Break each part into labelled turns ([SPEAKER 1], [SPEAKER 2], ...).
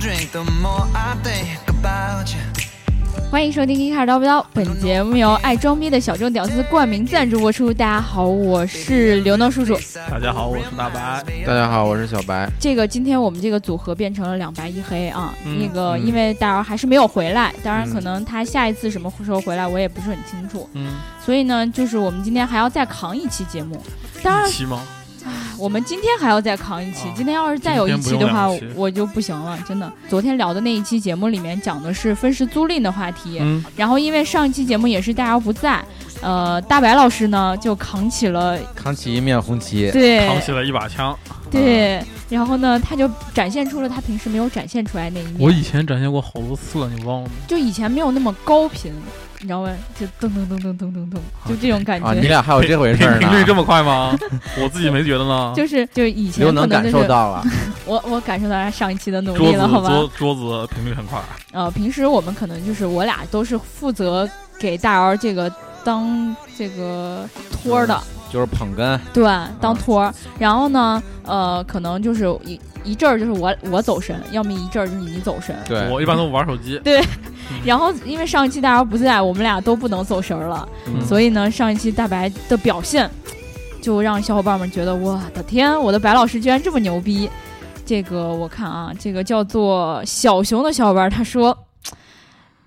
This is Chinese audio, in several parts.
[SPEAKER 1] drink, the more I think about you.
[SPEAKER 2] 欢迎收听《一开始叨不叨》，本节目由爱装逼的小众屌丝冠名赞助播出。大家好，我是刘能叔叔。
[SPEAKER 3] 大家好，我是大白。
[SPEAKER 4] 大家好，我是小白。
[SPEAKER 2] 这个今天我们这个组合变成了两白一黑啊。
[SPEAKER 3] 嗯
[SPEAKER 2] 那个
[SPEAKER 4] 嗯
[SPEAKER 2] 因为大姚还是没有回来，当然
[SPEAKER 4] 嗯
[SPEAKER 2] 可能他下一次什么时候回来我也不是很清楚，
[SPEAKER 3] 嗯，
[SPEAKER 2] 所以呢，就是我们今天还要再扛一期节目。当然
[SPEAKER 3] 一，期吗？
[SPEAKER 2] 我们今天还要再扛一期。
[SPEAKER 3] 啊
[SPEAKER 2] 今天要是再有一期的话
[SPEAKER 3] 今天不用两期，
[SPEAKER 2] 我就不行了，真的。昨天聊的那一期节目里面讲的是分时租赁的话题，
[SPEAKER 3] 嗯，
[SPEAKER 2] 然后因为上一期节目也是大姚不在，呃，大白老师呢就扛起了
[SPEAKER 4] 扛起一面红旗，
[SPEAKER 2] 对
[SPEAKER 3] 扛起了一把枪。
[SPEAKER 2] 嗯对，然后呢他就展现出了他平时没有展现出来那一
[SPEAKER 3] 我
[SPEAKER 2] 面，
[SPEAKER 3] 以前展现过好多次了，你忘 了吗？
[SPEAKER 2] 就以前没有那么高频，你知道吗？就噔噔噔噔噔噔噔，就这种感
[SPEAKER 4] 啊！你
[SPEAKER 2] 觉，
[SPEAKER 4] 俩还有这回事儿
[SPEAKER 3] 频率这
[SPEAKER 4] 呢？
[SPEAKER 3] 么 快吗？我自己没觉得呢。
[SPEAKER 2] 就是就以 前
[SPEAKER 4] 刘
[SPEAKER 2] 可能
[SPEAKER 4] 能感
[SPEAKER 2] 就
[SPEAKER 4] 受
[SPEAKER 2] 是
[SPEAKER 4] 到了，
[SPEAKER 2] 我我感受到他上一期的努
[SPEAKER 3] 桌
[SPEAKER 2] 力
[SPEAKER 3] 子
[SPEAKER 2] 了，好吧？
[SPEAKER 3] 桌桌子频率很快，
[SPEAKER 2] 呃，平时我们可能就是我俩都是负责给大姚这个当这个托儿的，
[SPEAKER 4] 就是捧哏，
[SPEAKER 2] 对，当
[SPEAKER 3] 啊
[SPEAKER 2] 托儿。然后呢，呃，可能就是一一阵儿就是我我走神，要么一阵儿就是你走神。
[SPEAKER 4] 对，
[SPEAKER 3] 我一般都玩手机。
[SPEAKER 2] 然后因为上一期大姚不在，我们俩都不能走神儿了，
[SPEAKER 4] 嗯
[SPEAKER 2] 所以呢，上一期大白的表现就让小伙伴们觉得我的天，啊我的白老师居然这么牛逼。这个我看啊，这个叫做小熊的小伙伴他说，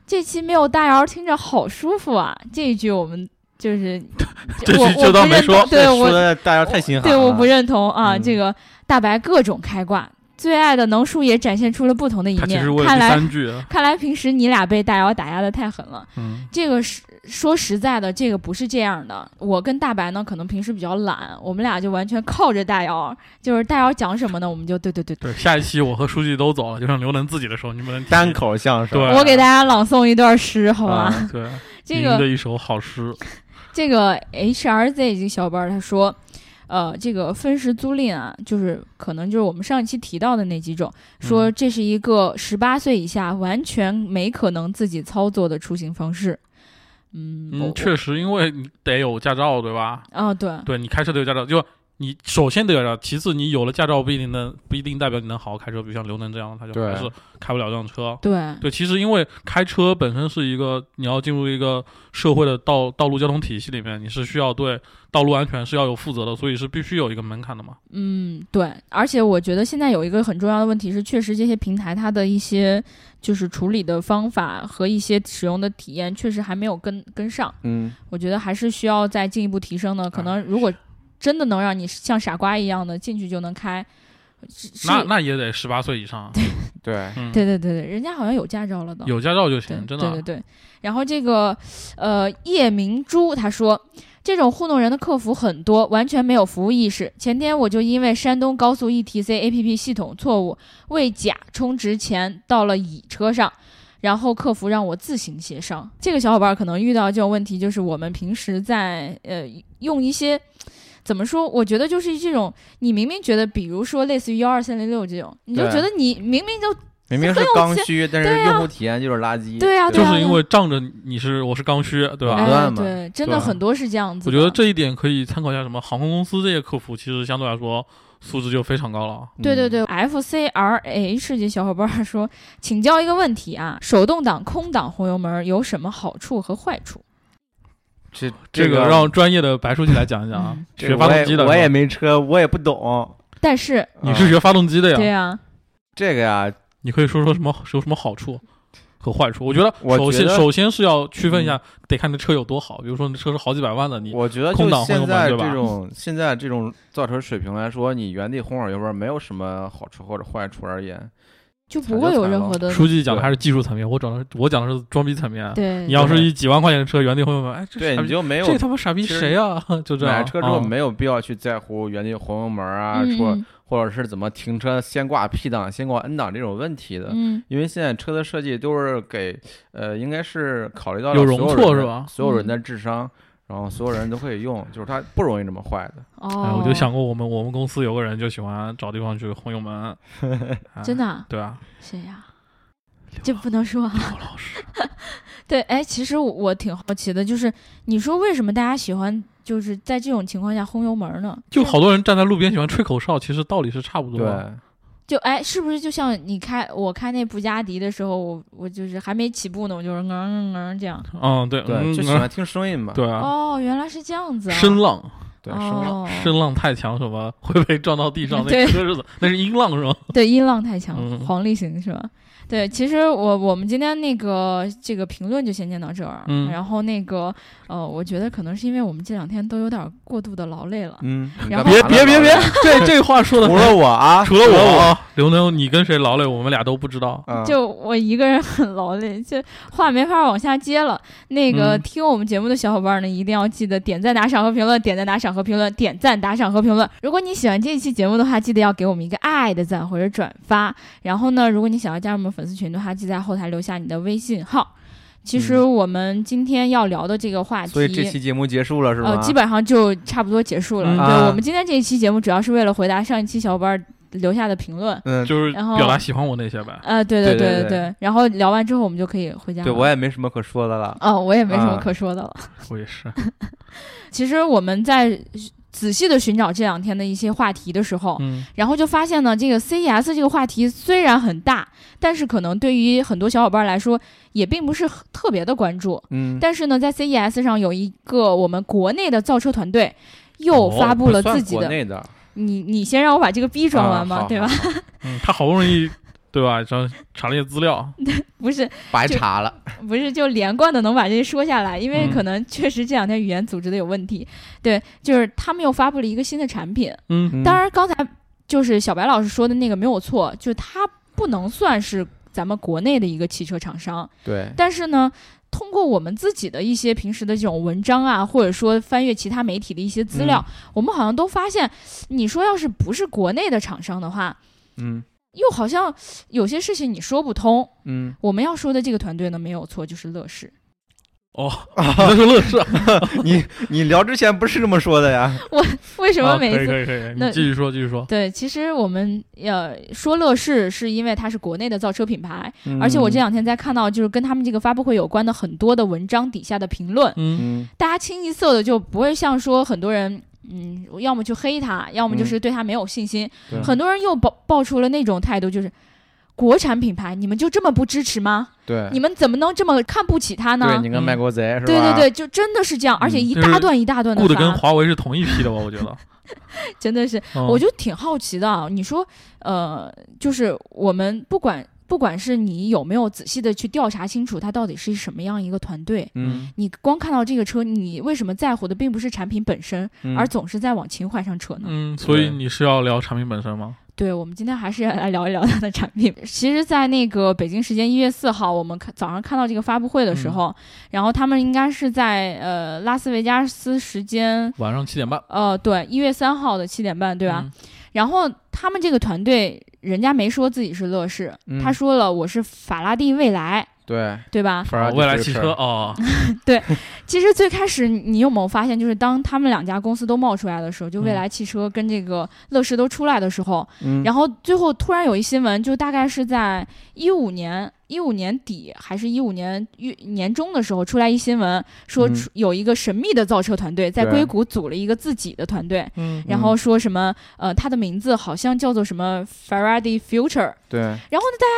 [SPEAKER 2] 这期没有大姚听着好舒服啊。这一句我们就是
[SPEAKER 3] 这
[SPEAKER 2] 我
[SPEAKER 3] 句
[SPEAKER 2] 我
[SPEAKER 3] 就当
[SPEAKER 2] 不
[SPEAKER 3] 没
[SPEAKER 2] 认
[SPEAKER 3] 说
[SPEAKER 2] 同对我
[SPEAKER 4] 的大家太心寒
[SPEAKER 2] 对，我不认同啊！
[SPEAKER 4] 嗯
[SPEAKER 2] 这个大白各种开挂，最爱的能叔也展现出了不同的一
[SPEAKER 3] 他其
[SPEAKER 2] 面
[SPEAKER 3] 实为。了
[SPEAKER 2] 看
[SPEAKER 3] 第
[SPEAKER 2] 来，
[SPEAKER 3] 三句，啊
[SPEAKER 2] 看来平时你俩被大姚打压的太狠了。
[SPEAKER 3] 嗯，
[SPEAKER 2] 这个是说实在的，这个不是这样的。我跟大白呢，可能平时比较懒，我们俩就完全靠着大姚，就是大姚讲什么呢，我们就对对对。
[SPEAKER 3] 对，下一期我和书记都走了，就剩刘能自己的时候，你们能提
[SPEAKER 4] 单口相声，
[SPEAKER 3] 对啊
[SPEAKER 2] 我给大家朗诵一段诗，好吧？
[SPEAKER 4] 啊
[SPEAKER 3] 对
[SPEAKER 2] 这
[SPEAKER 3] 您
[SPEAKER 2] 个
[SPEAKER 3] 的一首好诗，
[SPEAKER 2] 这个 HRZ 这个小伙伴儿他说，呃，这个分时租赁啊，就是可能就是我们上一期提到的那几种，说
[SPEAKER 3] 嗯
[SPEAKER 2] 这是一个十八岁以下完全没可能自己操作的出行方式。嗯，
[SPEAKER 3] 嗯
[SPEAKER 2] 我，
[SPEAKER 3] 确实，因为你得有驾照，对吧？
[SPEAKER 2] 啊，对，
[SPEAKER 3] 对你开车得有驾照，就你首先得有驾照，其次你有了驾照不一定能不一定代表你能好好开车，比如像刘能这样，他就
[SPEAKER 4] 对
[SPEAKER 3] 还是开不了这辆车。
[SPEAKER 2] 对，
[SPEAKER 3] 对，其实因为开车本身是一个你要进入一个社会的道道路交通体系里面，你是需要对道路安全是要有负责的，所以是必须有一个门槛的嘛。
[SPEAKER 2] 嗯，对，而且我觉得现在有一个很重要的问题是，确实这些平台它的一些就是处理的方法和一些使用的体验，确实还没有跟跟上。
[SPEAKER 4] 嗯，
[SPEAKER 2] 我觉得还是需要再进一步提升的。
[SPEAKER 3] 嗯
[SPEAKER 2] 可能如果真的能让你像傻瓜一样的进去就能开，是是
[SPEAKER 3] 那那也得十八岁以上啊，
[SPEAKER 4] 对，
[SPEAKER 3] 嗯，
[SPEAKER 2] 对对对对，人家好像有驾照了的。
[SPEAKER 3] 有驾照就
[SPEAKER 2] 对
[SPEAKER 3] 行，
[SPEAKER 2] 对
[SPEAKER 3] 真
[SPEAKER 2] 对
[SPEAKER 3] 的。啊
[SPEAKER 2] 对。然后这个呃叶明珠他说，这种糊弄人的客服很多，完全没有服务意识。前天我就因为山东高速 E ETC APP 系统错误，为甲充值前到了乙车上。然后客服让我自行协商，这个小伙伴可能遇到这种问题，就是我们平时在呃用一些怎么说？我觉得就是这种，你明明觉得，比如说类似于幺二三零六这种，你就
[SPEAKER 4] 对
[SPEAKER 2] 觉得你明明就
[SPEAKER 4] 明明是刚需，但是
[SPEAKER 2] 对啊
[SPEAKER 4] 用户体验就是垃圾，
[SPEAKER 2] 对啊
[SPEAKER 3] 就
[SPEAKER 2] 对啊
[SPEAKER 3] 是因为仗着你是我是刚需，对吧？
[SPEAKER 4] 网
[SPEAKER 2] 哎
[SPEAKER 4] 段，嘛
[SPEAKER 2] 对，真
[SPEAKER 3] 对
[SPEAKER 2] 的
[SPEAKER 3] 啊
[SPEAKER 2] 很多是这样子
[SPEAKER 3] 我
[SPEAKER 2] 的。
[SPEAKER 3] 觉得这一点可以参考一下什么航空公司这些客服，其实相对来说素质就非常高了。
[SPEAKER 2] 对对
[SPEAKER 4] 嗯，
[SPEAKER 2] 对，FCRH 这小伙伴儿说，请教一个问题啊， 手动挡空挡红油门儿有什么好处和坏处？
[SPEAKER 4] 这
[SPEAKER 3] 这个让专业的白书记来讲一讲啊
[SPEAKER 2] 嗯，
[SPEAKER 4] 这
[SPEAKER 3] 学
[SPEAKER 4] 个
[SPEAKER 3] 发
[SPEAKER 4] 我
[SPEAKER 3] 动
[SPEAKER 4] 也
[SPEAKER 3] 机的，
[SPEAKER 4] 我也
[SPEAKER 3] 是吧
[SPEAKER 4] 没车，我也不懂，
[SPEAKER 2] 但是，
[SPEAKER 3] 你是
[SPEAKER 4] 啊
[SPEAKER 3] 学发动机的
[SPEAKER 2] 对啊
[SPEAKER 3] 呀，
[SPEAKER 2] 呀、
[SPEAKER 4] 这个呀，
[SPEAKER 3] 你可以说说什么有什么好处和坏处？我觉得
[SPEAKER 4] 我
[SPEAKER 3] 首
[SPEAKER 4] 觉
[SPEAKER 3] 先
[SPEAKER 4] 得嗯
[SPEAKER 3] 首先是要区分一下，得看这车有多好。比如说你车是好几百万的，你
[SPEAKER 4] 我觉得就
[SPEAKER 3] 空挡会
[SPEAKER 4] 现
[SPEAKER 3] 有门
[SPEAKER 4] 在
[SPEAKER 3] 对吧
[SPEAKER 4] 这种现在这种造车水平来说，你原地轰会儿油门没有什么好处或者坏处而言，
[SPEAKER 2] 就不会有任何的
[SPEAKER 3] 书记讲的
[SPEAKER 4] 对
[SPEAKER 3] 还是技术层面，我讲的我讲的是装逼层面。
[SPEAKER 2] 对。
[SPEAKER 3] 你要是一几万块钱的车，原地会问，哎，这
[SPEAKER 4] 对
[SPEAKER 3] 傻
[SPEAKER 4] 你
[SPEAKER 3] 逼，
[SPEAKER 4] 就没有
[SPEAKER 3] 这他妈傻逼
[SPEAKER 4] 其实
[SPEAKER 3] 谁啊？ 就这样。
[SPEAKER 4] 买车之后
[SPEAKER 3] 嗯
[SPEAKER 4] 没有必要去在乎原地红油门啊，
[SPEAKER 2] 嗯
[SPEAKER 4] 说或者是怎么停车先挂 P 档先挂 N 档这种问题的，
[SPEAKER 2] 嗯
[SPEAKER 4] 因为现在车的设计都是给呃，应该是考虑到了
[SPEAKER 3] 有
[SPEAKER 4] 所
[SPEAKER 3] 容
[SPEAKER 4] 有
[SPEAKER 3] 错
[SPEAKER 4] 人
[SPEAKER 3] 是
[SPEAKER 4] 的
[SPEAKER 3] 吧
[SPEAKER 4] 所有人的智商，然后所有人都可以用，就是它不容易这么坏的。
[SPEAKER 2] 嗯哦、
[SPEAKER 3] 哎，我就想过我们我们公司有个人就喜欢找地方去轰油 门，哎
[SPEAKER 2] 真的啊、
[SPEAKER 3] 对啊，
[SPEAKER 2] 谁呀、这不能说啊。
[SPEAKER 3] 刘老师，
[SPEAKER 2] 对，哎，其实我我挺好奇的，就是你说为什么大家喜欢就是在这种情况下轰油门儿呢？
[SPEAKER 3] 就好多人站在路边喜欢吹口哨，其实道理是差不多
[SPEAKER 4] 对
[SPEAKER 3] 的。，
[SPEAKER 2] 就哎，是不是就像你开我开那布加迪的时候，我我就是还没起步呢，我就是嗯嗯嗯这样。
[SPEAKER 5] 嗯，对，
[SPEAKER 4] 对，
[SPEAKER 5] 嗯
[SPEAKER 4] 就喜欢听声音嘛。
[SPEAKER 5] 对啊，
[SPEAKER 2] 哦，原来是这样子啊！
[SPEAKER 5] 声浪，
[SPEAKER 4] 对，声音。
[SPEAKER 2] 哦，
[SPEAKER 5] 声浪太强，什么会被撞到地 上那
[SPEAKER 2] 对
[SPEAKER 5] 车是怎？那是音浪是吗？
[SPEAKER 2] 对，音浪太强，
[SPEAKER 5] 嗯
[SPEAKER 2] 黄立行是吧？对，其实我我们今天那个这个评论就先念到这儿，
[SPEAKER 5] 嗯
[SPEAKER 2] 然后那个呃，我觉得可能是因为我们这两天都有点过度的劳累了，
[SPEAKER 4] 嗯，你
[SPEAKER 2] 然
[SPEAKER 4] 干嘛
[SPEAKER 2] 后
[SPEAKER 4] 呢
[SPEAKER 5] 别别别别，这这话说的
[SPEAKER 4] 除了我啊，
[SPEAKER 5] 除了我，刘牛，你跟谁劳累？我们俩都不知道。
[SPEAKER 4] 啊，
[SPEAKER 2] 就我一个人很劳累，这话没法往下接了。那个、
[SPEAKER 5] 嗯
[SPEAKER 2] 听我们节目的小伙伴呢，一定要记得点赞、打赏和评论，点赞、打赏和评论，点赞、打赏和评论。如果你喜欢这一期节目的话，记得要给我们一个爱的赞或者转发。然后呢，如果你想要加入我们粉丝群的话，记得在后台留下你的微信号。其实我们今天要聊的这个话题，
[SPEAKER 4] 嗯所以这期节目结束了是吗？
[SPEAKER 2] 呃，基本上就差不多结束了。
[SPEAKER 5] 嗯
[SPEAKER 2] 对、
[SPEAKER 4] 啊
[SPEAKER 2] 我们今天这一期节目，主要是为了回答上一期小伙伴留下的评论。
[SPEAKER 4] 嗯，
[SPEAKER 5] 就是
[SPEAKER 2] 然后
[SPEAKER 5] 表达喜欢我那些呗。
[SPEAKER 2] 呃，对对
[SPEAKER 4] 对
[SPEAKER 2] 对
[SPEAKER 4] 对
[SPEAKER 2] 对
[SPEAKER 4] 对
[SPEAKER 2] 然后聊完之后，我们就可以回家了。
[SPEAKER 4] 对我也没什么可说的了。
[SPEAKER 2] 哦，我也没什么
[SPEAKER 4] 啊
[SPEAKER 2] 可说的了。
[SPEAKER 5] 我也是，
[SPEAKER 2] 其实我们在仔细的寻找这两天的一些话题的时候，
[SPEAKER 5] 嗯，
[SPEAKER 2] 然后就发现呢，这个 CES 这个话题虽然很大，但是可能对于很多小伙伴来说也并不是很特别的关注。
[SPEAKER 4] 嗯，
[SPEAKER 2] 但是呢，在 CES 上有一个我们国内的造车团队又
[SPEAKER 5] 哦
[SPEAKER 2] 发布了
[SPEAKER 4] 算
[SPEAKER 2] 自己
[SPEAKER 4] 国
[SPEAKER 2] 的，
[SPEAKER 4] 内的
[SPEAKER 2] 你你先让我把这个逼装完嘛，
[SPEAKER 4] 啊好
[SPEAKER 2] 对吧？
[SPEAKER 4] 好好
[SPEAKER 5] 嗯，他好不容易，对吧？然后查了一些资料，
[SPEAKER 2] 不是，
[SPEAKER 4] 白
[SPEAKER 2] 就
[SPEAKER 4] 查了。
[SPEAKER 2] 不是就连贯的能把这些说下来，因为
[SPEAKER 5] 嗯
[SPEAKER 2] 可能确实这两天语言组织的有问题。对，就是他们又发布了一个新的产品。
[SPEAKER 5] 嗯，
[SPEAKER 2] 当然，刚才就是小白老师说的那个没有错，就它不能算是咱们国内的一个汽车厂商，
[SPEAKER 4] 对，
[SPEAKER 2] 但是呢。通过我们自己的一些平时的这种文章啊，或者说翻阅其他媒体的一些资料，
[SPEAKER 5] 嗯
[SPEAKER 2] 我们好像都发现，你说要是不是国内的厂商的话，
[SPEAKER 4] 嗯
[SPEAKER 2] 又好像有些事情你说不通。
[SPEAKER 4] 嗯，
[SPEAKER 2] 我们要说的这个团队呢，没有错，就是乐视。
[SPEAKER 5] 哦 你在说乐视啊，
[SPEAKER 4] 你你聊之前不是这么说的呀？
[SPEAKER 2] 为什么
[SPEAKER 5] 啊
[SPEAKER 2] 每
[SPEAKER 5] 可以
[SPEAKER 2] 次、
[SPEAKER 5] 可以可以，
[SPEAKER 2] 那
[SPEAKER 5] 你继续说继续说，
[SPEAKER 2] 对？其实我们呃说乐视是因为它是国内的造车品牌，
[SPEAKER 4] 嗯
[SPEAKER 2] 而且我这，两天在看到就是跟他们这个发布会有关的很多的文章底下的评论，
[SPEAKER 5] 嗯
[SPEAKER 4] 嗯
[SPEAKER 2] 大家清一色的就不会像说很多人。嗯，要么就黑他，要么就是对他没有信心。
[SPEAKER 4] 对
[SPEAKER 2] 很多人又爆爆出了那种态度，就是国产品牌，你们就这么不支持吗？
[SPEAKER 4] 对，
[SPEAKER 2] 你们怎么能这么看不起他
[SPEAKER 4] 对
[SPEAKER 2] 呢
[SPEAKER 4] 你？跟
[SPEAKER 5] 嗯
[SPEAKER 4] 卖国贼是吧？
[SPEAKER 2] 对对对，就真的是这样，而且
[SPEAKER 4] 嗯
[SPEAKER 2] 一
[SPEAKER 5] 就是
[SPEAKER 2] 大段一大段的
[SPEAKER 5] 雇的跟
[SPEAKER 2] 发，
[SPEAKER 5] 华为是同一批的吧？我觉得，
[SPEAKER 2] 真的是
[SPEAKER 5] 嗯
[SPEAKER 2] 我就挺好奇的啊，你说，呃，就是我们不管不管是你有没有仔细的去调查清楚，它到底是什么样一个团队，
[SPEAKER 4] 嗯，
[SPEAKER 2] 你光看到这个车，你为什么在乎的并不是产品本身，
[SPEAKER 4] 嗯，
[SPEAKER 2] 而总是在往情怀上扯呢？
[SPEAKER 5] 嗯，所以你是要聊产品本身吗？
[SPEAKER 2] 对，我们今天还是要来聊一聊它的产品。其实，在那个北京时间一月四号，我们看早上看到这个发布会的时
[SPEAKER 5] 嗯
[SPEAKER 2] 候，然后他们应该是在呃拉斯维加斯时间，
[SPEAKER 5] 晚上七点半，
[SPEAKER 2] 呃，对，一月三号的七点半，对吧？
[SPEAKER 5] 嗯？
[SPEAKER 2] 然后他们这个团队，人家没说自己是乐视，
[SPEAKER 4] 嗯
[SPEAKER 2] 他说了我是法拉第未来，
[SPEAKER 4] 对，
[SPEAKER 2] 对吧？
[SPEAKER 4] 反而
[SPEAKER 5] 哦未来汽车哦，
[SPEAKER 2] 其实最开始你有没有发现，就是当他们两家公司都冒出来的时候，就未来汽车跟这个乐视都出来的时候，
[SPEAKER 4] 嗯，
[SPEAKER 2] 然后最后突然有一新闻，就大概是在一五年。一五年底还是一五年月年中的时候，出来一新闻说
[SPEAKER 4] 嗯
[SPEAKER 2] 出有一个神秘的造车团队在
[SPEAKER 4] 对
[SPEAKER 2] 硅谷组了一个自己的团队，
[SPEAKER 5] 嗯
[SPEAKER 2] 然后说什么呃，它的名字好像叫做什么 Faraday Future，
[SPEAKER 4] 对，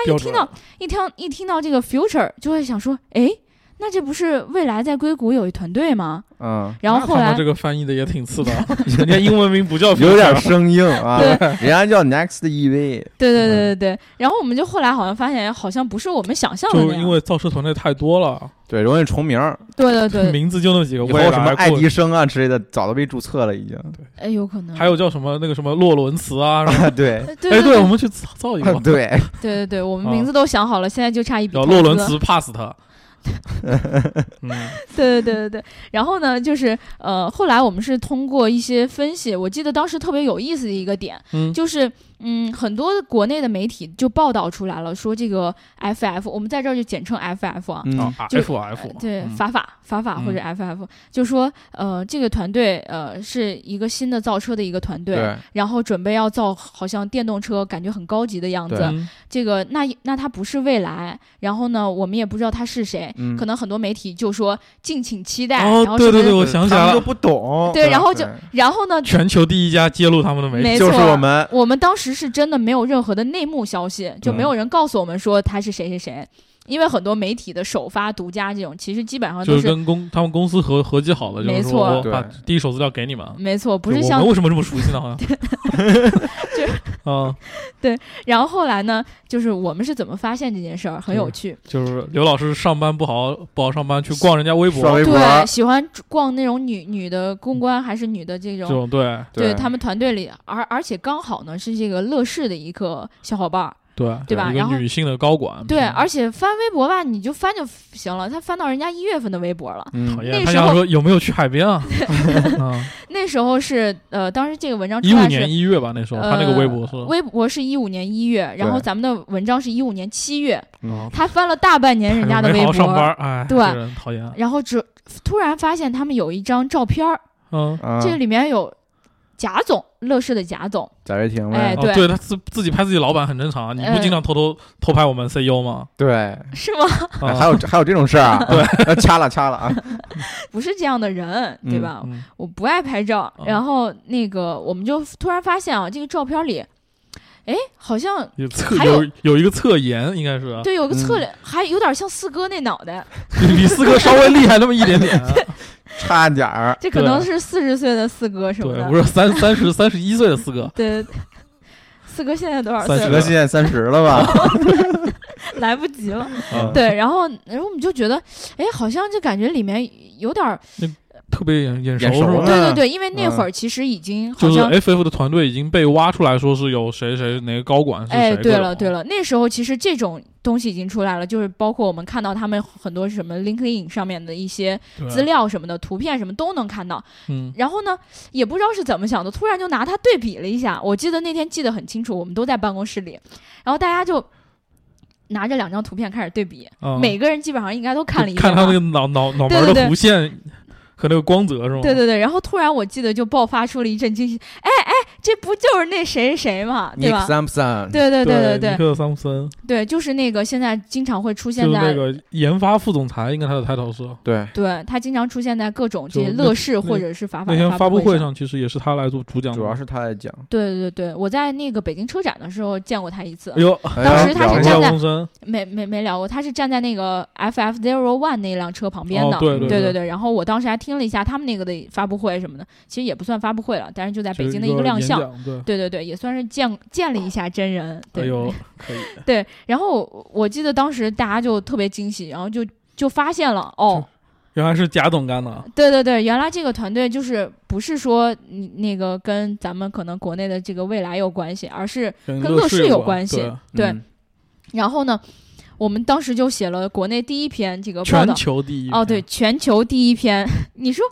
[SPEAKER 2] 一听到一听一听到这个 future，就会想说，哎，那这不是未来在硅谷有一团队吗？
[SPEAKER 4] 嗯，
[SPEAKER 2] 然后后来
[SPEAKER 3] 这个翻译的也 挺次的，人家英文名不叫
[SPEAKER 4] 有
[SPEAKER 3] Future
[SPEAKER 4] 点生硬啊，
[SPEAKER 2] 对
[SPEAKER 4] 人家叫 Next E EV，
[SPEAKER 2] 对
[SPEAKER 3] 嗯
[SPEAKER 2] 对对对对，然后我们就后来好像发现，好像不是我们想象的
[SPEAKER 3] 就
[SPEAKER 2] 那
[SPEAKER 3] 是因
[SPEAKER 2] 样。
[SPEAKER 3] 为造车团队太多了，
[SPEAKER 4] 对，容易重名儿，
[SPEAKER 2] 对对对，
[SPEAKER 3] 名字就那几个，
[SPEAKER 4] 以
[SPEAKER 3] 未
[SPEAKER 4] 后
[SPEAKER 3] 来
[SPEAKER 4] 什么爱
[SPEAKER 3] 过
[SPEAKER 4] 迪生啊之类的，早都被注册了已经。
[SPEAKER 2] 哎，有可能。
[SPEAKER 3] 还有叫什么那个什么洛伦茨啊，什么
[SPEAKER 4] 对，，
[SPEAKER 2] 呃对对
[SPEAKER 3] 哎，
[SPEAKER 2] 对
[SPEAKER 3] 我们去造造一个吧
[SPEAKER 4] 对，
[SPEAKER 2] 对对对，我们
[SPEAKER 3] 啊
[SPEAKER 2] 名字都想好了，现在就差一笔
[SPEAKER 3] 叫
[SPEAKER 2] 投
[SPEAKER 3] 洛伦
[SPEAKER 2] 资。
[SPEAKER 3] 茨 pass 他，嗯，
[SPEAKER 2] 对对对对对。然后呢，就是呃，后来我们是通过一些分析，我记得当时特别有意思的一个点，
[SPEAKER 5] 嗯
[SPEAKER 2] 就是嗯，很多国内的媒体就报道出来了，说这个 FF，我们在这儿就简称 FF 啊，
[SPEAKER 4] 嗯
[SPEAKER 5] 哦，啊
[SPEAKER 2] 就
[SPEAKER 5] F 啊 F，
[SPEAKER 2] 对，
[SPEAKER 5] 嗯
[SPEAKER 2] 法法法法或者
[SPEAKER 3] 嗯
[SPEAKER 2] FF，、就说呃，这个团队呃是一个新的造车的一个团队，
[SPEAKER 4] 对，
[SPEAKER 2] 然后准备要造好像电动车，感觉很高级的样子
[SPEAKER 3] 哦
[SPEAKER 4] 对。
[SPEAKER 5] 嗯
[SPEAKER 2] 这个那那它不是未来，然后呢，我们也不知道他是谁，
[SPEAKER 4] 嗯
[SPEAKER 2] 可能很多媒体就说敬请期待，
[SPEAKER 3] 哦
[SPEAKER 2] 然后
[SPEAKER 3] 对
[SPEAKER 2] 什
[SPEAKER 3] 对
[SPEAKER 2] 么
[SPEAKER 3] 对我想啊起来
[SPEAKER 4] 他们
[SPEAKER 3] 了
[SPEAKER 4] 都不懂，
[SPEAKER 2] 对然后就
[SPEAKER 4] 对
[SPEAKER 2] 然后呢，
[SPEAKER 3] 全球第一家揭露他们的媒体，
[SPEAKER 2] 没错，
[SPEAKER 4] 就是我们
[SPEAKER 2] 我们当时是真的没有任何的内幕消息，就
[SPEAKER 3] 嗯
[SPEAKER 2] 没有人告诉我们说他是谁谁谁，因为很多媒体的首发、独家这种，其实基本上
[SPEAKER 3] 就
[SPEAKER 2] 都
[SPEAKER 3] 是
[SPEAKER 2] 是
[SPEAKER 3] 跟公他们公司合合计好的，就
[SPEAKER 2] 没
[SPEAKER 3] 是
[SPEAKER 2] 错
[SPEAKER 3] 说我把
[SPEAKER 4] 对
[SPEAKER 3] 第一手资料给你们。
[SPEAKER 2] 没错，不是
[SPEAKER 3] 就我
[SPEAKER 2] 像
[SPEAKER 3] 们为什么这么熟悉呢？好像， 啊，
[SPEAKER 2] 然后后来呢，就是我们是怎么发现这件事儿，很
[SPEAKER 3] 嗯
[SPEAKER 2] 有趣。
[SPEAKER 3] 就是刘老师上班不好好不好上班，去逛人家微博
[SPEAKER 4] 刷微博，
[SPEAKER 2] 对，喜欢逛那种女女的公关还是女的这
[SPEAKER 3] 这
[SPEAKER 2] 种，
[SPEAKER 3] 种，对
[SPEAKER 2] 对他们团队里，而而且刚好呢是这个乐视的一个小伙伴儿，
[SPEAKER 3] 对
[SPEAKER 2] 对吧
[SPEAKER 3] 一个
[SPEAKER 2] 然后
[SPEAKER 3] 女性的高管，
[SPEAKER 2] 对，
[SPEAKER 3] 嗯
[SPEAKER 2] 而且翻微博吧，你就翻就行了，他翻到人家一月份的微博了。
[SPEAKER 4] 嗯
[SPEAKER 3] 讨
[SPEAKER 2] 那
[SPEAKER 3] 厌，他
[SPEAKER 2] 时候
[SPEAKER 3] 想说有没有去海 边啊？啊，
[SPEAKER 2] 那时候是呃，当时这个文章
[SPEAKER 3] 一
[SPEAKER 2] 出
[SPEAKER 3] 五
[SPEAKER 2] 来是
[SPEAKER 3] 年一月吧，那时候他那个微博是
[SPEAKER 2] 呃、微博是一五年一月，然后咱们的文章是一五年七月，
[SPEAKER 4] 嗯
[SPEAKER 3] 哦
[SPEAKER 2] 他翻了大半年人家的
[SPEAKER 3] 没
[SPEAKER 2] 微
[SPEAKER 3] 好好上班
[SPEAKER 2] 博，
[SPEAKER 3] 儿，哎，
[SPEAKER 2] 对
[SPEAKER 3] 这个人讨厌，
[SPEAKER 2] 然后只突然发现他们有一张照片儿，
[SPEAKER 3] 嗯，
[SPEAKER 4] 啊
[SPEAKER 2] 这里面有贾总，乐视的贾总，
[SPEAKER 4] 贾跃亭
[SPEAKER 2] 哎
[SPEAKER 3] 哦
[SPEAKER 4] 呗，
[SPEAKER 2] 对呃
[SPEAKER 3] 对他自自己拍自己老板很正常啊，你不经常偷偷偷拍我们 CEO 吗？
[SPEAKER 4] 对，
[SPEAKER 2] 是吗？
[SPEAKER 4] 哎
[SPEAKER 3] 啊
[SPEAKER 4] 还有还有这种事 儿啊？对，掐了掐了啊，
[SPEAKER 2] 不是这样的人，对吧？
[SPEAKER 3] 嗯
[SPEAKER 2] 我不爱拍照，
[SPEAKER 3] 嗯
[SPEAKER 2] 然后那个我们就突然发现啊，这个照片里，哎，好像。
[SPEAKER 3] 有侧
[SPEAKER 2] 还有
[SPEAKER 3] 有有一个侧颜，应该是啊
[SPEAKER 2] 对，有个侧
[SPEAKER 4] 嗯
[SPEAKER 2] 脸，还有点像四哥那脑袋，
[SPEAKER 3] 比比四哥稍微厉害那么一点点，啊
[SPEAKER 4] 差点 儿，
[SPEAKER 2] 这可
[SPEAKER 3] 对
[SPEAKER 2] 能是四十岁的四哥什么
[SPEAKER 3] 对，
[SPEAKER 2] 的
[SPEAKER 3] 不。是三三十三十一岁的四哥，
[SPEAKER 2] 对，四哥现在多少
[SPEAKER 3] 三
[SPEAKER 2] 岁
[SPEAKER 3] 十
[SPEAKER 4] 史
[SPEAKER 2] 了？
[SPEAKER 3] 了
[SPEAKER 4] 哥现在三十了吧？
[SPEAKER 2] 来不及了。
[SPEAKER 3] 啊
[SPEAKER 2] 对，然后然后我们就觉得，哎，好像就感觉里面有点儿，
[SPEAKER 3] 特别眼眼熟
[SPEAKER 4] 眼熟
[SPEAKER 3] 是吧
[SPEAKER 4] 了？
[SPEAKER 2] 对对
[SPEAKER 4] 嗯
[SPEAKER 2] 对，因为那会儿其实已经好
[SPEAKER 3] 就是
[SPEAKER 2] 像，
[SPEAKER 3] FF 的团队已经被挖出来说是有谁谁哪个高管是
[SPEAKER 2] 哎，
[SPEAKER 3] 谁，
[SPEAKER 2] 对了对了，
[SPEAKER 3] 了，
[SPEAKER 2] 那时候其实这种东西已经出来了，就是包括我们看到他们很多什么 LinkedIn 上面的一些
[SPEAKER 3] 对啊
[SPEAKER 2] 资，料什么的、图片什么都能看到。
[SPEAKER 3] 嗯，
[SPEAKER 2] 然后呢，也不知道是怎么想的，突然就拿它对比了一下。我记得那天记得很清楚，我们都在办公室里，然后大家就。拿着两张图片开始对比，
[SPEAKER 3] 啊
[SPEAKER 2] 每个人基本上应该都看了一
[SPEAKER 3] 就
[SPEAKER 2] 遍
[SPEAKER 3] 看他
[SPEAKER 2] 吧
[SPEAKER 3] 那个脑脑脑
[SPEAKER 2] 对
[SPEAKER 3] 门
[SPEAKER 2] 对
[SPEAKER 3] 的
[SPEAKER 2] 对
[SPEAKER 3] 弧线和那个光泽是吗？
[SPEAKER 2] 对对对，然后突然我记得就爆发出了一阵惊喜，哎哎，这不就是那谁谁谁吗？ 对
[SPEAKER 4] 尼克
[SPEAKER 2] 吧？
[SPEAKER 4] 桑普森，
[SPEAKER 2] 对对对对
[SPEAKER 3] 尼
[SPEAKER 2] 对
[SPEAKER 3] 克桑普森
[SPEAKER 2] 对，就是那个现在经常会出
[SPEAKER 3] 就是
[SPEAKER 2] 现在，
[SPEAKER 3] 那个研发副总裁，应该他的 title 是。
[SPEAKER 4] 对，
[SPEAKER 2] 对他经常出现在各种这
[SPEAKER 3] 就
[SPEAKER 2] 些
[SPEAKER 3] 那
[SPEAKER 2] 乐视
[SPEAKER 3] 那
[SPEAKER 2] 或者是法法
[SPEAKER 3] 那天
[SPEAKER 2] 发
[SPEAKER 3] 发布
[SPEAKER 2] 会
[SPEAKER 3] 会。上其实也是他来做主讲的，
[SPEAKER 4] 主要是他在讲，
[SPEAKER 2] 对对对，我在那个北京车展的时候见过他一次
[SPEAKER 3] 哎，呦，
[SPEAKER 4] 哎
[SPEAKER 2] 当
[SPEAKER 4] 呀
[SPEAKER 2] 时他是
[SPEAKER 4] 聊一
[SPEAKER 2] 站
[SPEAKER 4] 下
[SPEAKER 2] 在
[SPEAKER 3] 风声
[SPEAKER 2] 没没没聊过，他是站在那个 FF Zero One 那辆车旁边的。
[SPEAKER 3] 哦，对
[SPEAKER 2] 对
[SPEAKER 3] 对
[SPEAKER 2] 对然后我当时还听了一下他们那个的发布会什么的，其实也不算发布会了，但是就在北京的一
[SPEAKER 3] 个
[SPEAKER 2] 亮相。
[SPEAKER 3] 演讲，对，
[SPEAKER 2] 对对对，也算是见见了一下真人。对，
[SPEAKER 3] 哎呦，可以，
[SPEAKER 2] 对，然后我我记得当时大家就特别惊喜，然后就就发现了哦，
[SPEAKER 3] 原来是贾总干的，啊
[SPEAKER 2] 对对对，原来这个团队就是不是说你那个跟咱们可能国内的这个未来有关系，而是
[SPEAKER 3] 跟
[SPEAKER 2] 跟乐视
[SPEAKER 3] 有
[SPEAKER 2] 有关系。
[SPEAKER 3] 对
[SPEAKER 2] 对，
[SPEAKER 4] 嗯
[SPEAKER 2] 然后呢，我们当时就写了国内第一篇这个报
[SPEAKER 3] 全
[SPEAKER 2] 道，
[SPEAKER 3] 球第一
[SPEAKER 2] 哦，对，，全球第一篇。 你说，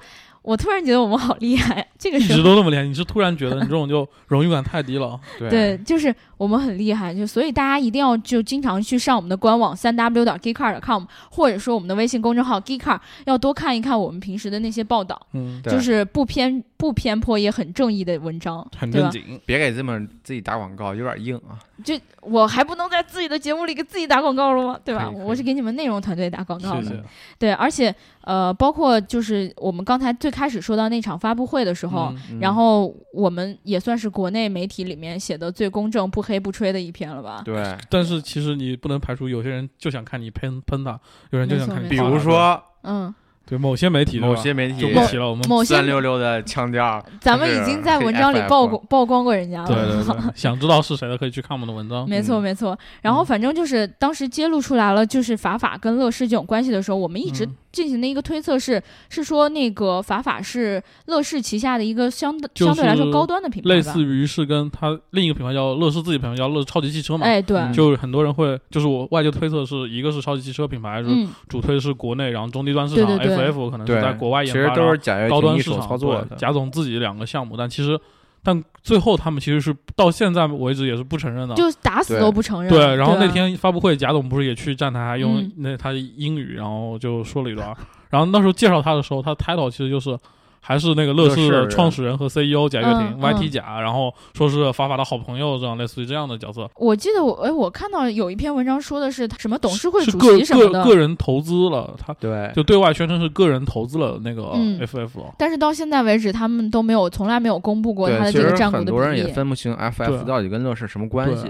[SPEAKER 2] 我突然觉得我们好厉害，这个
[SPEAKER 3] 一
[SPEAKER 2] 时
[SPEAKER 3] 直
[SPEAKER 2] 候。
[SPEAKER 3] 都那么厉害，你是突然觉得你这种就荣誉感太低了，
[SPEAKER 2] 对，就是我们很厉害，就所以大家一定要就经常去上我们的官网三 w 点 geekcar 点 com，或者说我们的微信公众号 geekcar，要多看一看我们平时的那些报道，
[SPEAKER 3] 嗯，
[SPEAKER 4] 对
[SPEAKER 2] 就是不偏不偏颇也很正义的文章，
[SPEAKER 3] 很
[SPEAKER 2] 对吧
[SPEAKER 3] 正？经，
[SPEAKER 4] 别给这么自己打广告，有点硬啊。
[SPEAKER 2] 就我还不能在自己的节目里给自己打广告了吗？对吧？
[SPEAKER 4] 可以可以
[SPEAKER 2] 我是给你们内容团队打广告
[SPEAKER 3] 谢
[SPEAKER 2] 的。
[SPEAKER 3] 谢。
[SPEAKER 2] 对，而且呃，包括就是我们刚才最开始说到那场发布会的时候，
[SPEAKER 3] 嗯
[SPEAKER 2] 然后我们也算是国内媒体里面写的最公正、不黑不吹的一篇了吧？
[SPEAKER 4] 对，
[SPEAKER 3] 但是其实你不能排除有些人就想看你喷喷他，有人就想看你
[SPEAKER 2] 没错
[SPEAKER 3] 夸
[SPEAKER 4] 比
[SPEAKER 3] 他，
[SPEAKER 4] 如说
[SPEAKER 2] 嗯，
[SPEAKER 3] 对某些媒体，对吧
[SPEAKER 4] 某些媒
[SPEAKER 3] 就
[SPEAKER 4] 体
[SPEAKER 3] 不提了，我们
[SPEAKER 2] 某些
[SPEAKER 4] 酸溜溜的腔调，
[SPEAKER 2] 咱们已经在文章里曝光曝光过人家了。
[SPEAKER 3] 对对 对，想知道是谁的可以去看我们的文章，
[SPEAKER 2] 没错，
[SPEAKER 4] 嗯
[SPEAKER 2] 没错。然后反正就是当时揭露出来了，就是法法跟乐视这种关系的时候，我们一直
[SPEAKER 3] 嗯
[SPEAKER 2] 进行的一个推测是，是说那个法法是乐视旗下的一个相对
[SPEAKER 3] 就是
[SPEAKER 2] 相对来说高端的品牌吧，
[SPEAKER 3] 类似于是跟他另一个品牌叫乐视自己品牌叫乐视超级汽车嘛，
[SPEAKER 2] 哎，对，
[SPEAKER 4] 嗯
[SPEAKER 3] 就很多人会，就是我外界推测是一个是超级汽车品牌，是
[SPEAKER 2] 嗯，
[SPEAKER 3] 主推是国内，然后中低端市场
[SPEAKER 2] 对对对
[SPEAKER 3] FF 可能是
[SPEAKER 4] 对，
[SPEAKER 3] 在国外
[SPEAKER 4] 其
[SPEAKER 3] 研
[SPEAKER 4] 实
[SPEAKER 3] 发，
[SPEAKER 4] 都是贾跃
[SPEAKER 3] 然后高
[SPEAKER 4] 亭
[SPEAKER 3] 端
[SPEAKER 4] 一
[SPEAKER 3] 市
[SPEAKER 4] 手
[SPEAKER 3] 场
[SPEAKER 4] 操作
[SPEAKER 3] 对
[SPEAKER 4] 的。
[SPEAKER 3] 贾总自己两个项目，但其实但最后他们其实是到现在为止也是不承认的。
[SPEAKER 2] 就打死
[SPEAKER 4] 对
[SPEAKER 2] 都不承认。啊
[SPEAKER 3] 对，然后
[SPEAKER 2] 吧
[SPEAKER 3] 那天发布会，贾总不是也去站台，还用
[SPEAKER 2] 嗯
[SPEAKER 3] 那他英语，然后就说了一段儿。然后那时候介绍他的时候，他 title 其实就是还是那个乐视
[SPEAKER 4] 乐视
[SPEAKER 3] 的
[SPEAKER 4] 人
[SPEAKER 3] 创始人和 CEO 贾跃
[SPEAKER 2] 嗯
[SPEAKER 3] 亭、YT
[SPEAKER 2] 嗯
[SPEAKER 3] 贾，然后说是法法的好朋友，这样类似于这样的角色，
[SPEAKER 2] 我记得我哎，我看到有一篇文章说的是什么董事会
[SPEAKER 3] 是
[SPEAKER 2] 主
[SPEAKER 3] 个
[SPEAKER 2] 席什么
[SPEAKER 3] 个
[SPEAKER 2] 的，
[SPEAKER 3] 个人投资了，他
[SPEAKER 4] 对，
[SPEAKER 3] 就对外宣称是个人投资了那个
[SPEAKER 2] 嗯
[SPEAKER 3] FF 了。
[SPEAKER 2] 但是到现在为止，他们都没有从来没有公布过他
[SPEAKER 4] 对，
[SPEAKER 2] 的
[SPEAKER 4] 其
[SPEAKER 2] 这个
[SPEAKER 4] 实
[SPEAKER 2] 占股
[SPEAKER 4] 很
[SPEAKER 2] 的
[SPEAKER 4] 多人
[SPEAKER 2] 比
[SPEAKER 4] 也
[SPEAKER 2] 例。
[SPEAKER 4] 分不清 FF
[SPEAKER 3] 对
[SPEAKER 4] 到底跟乐视什么关系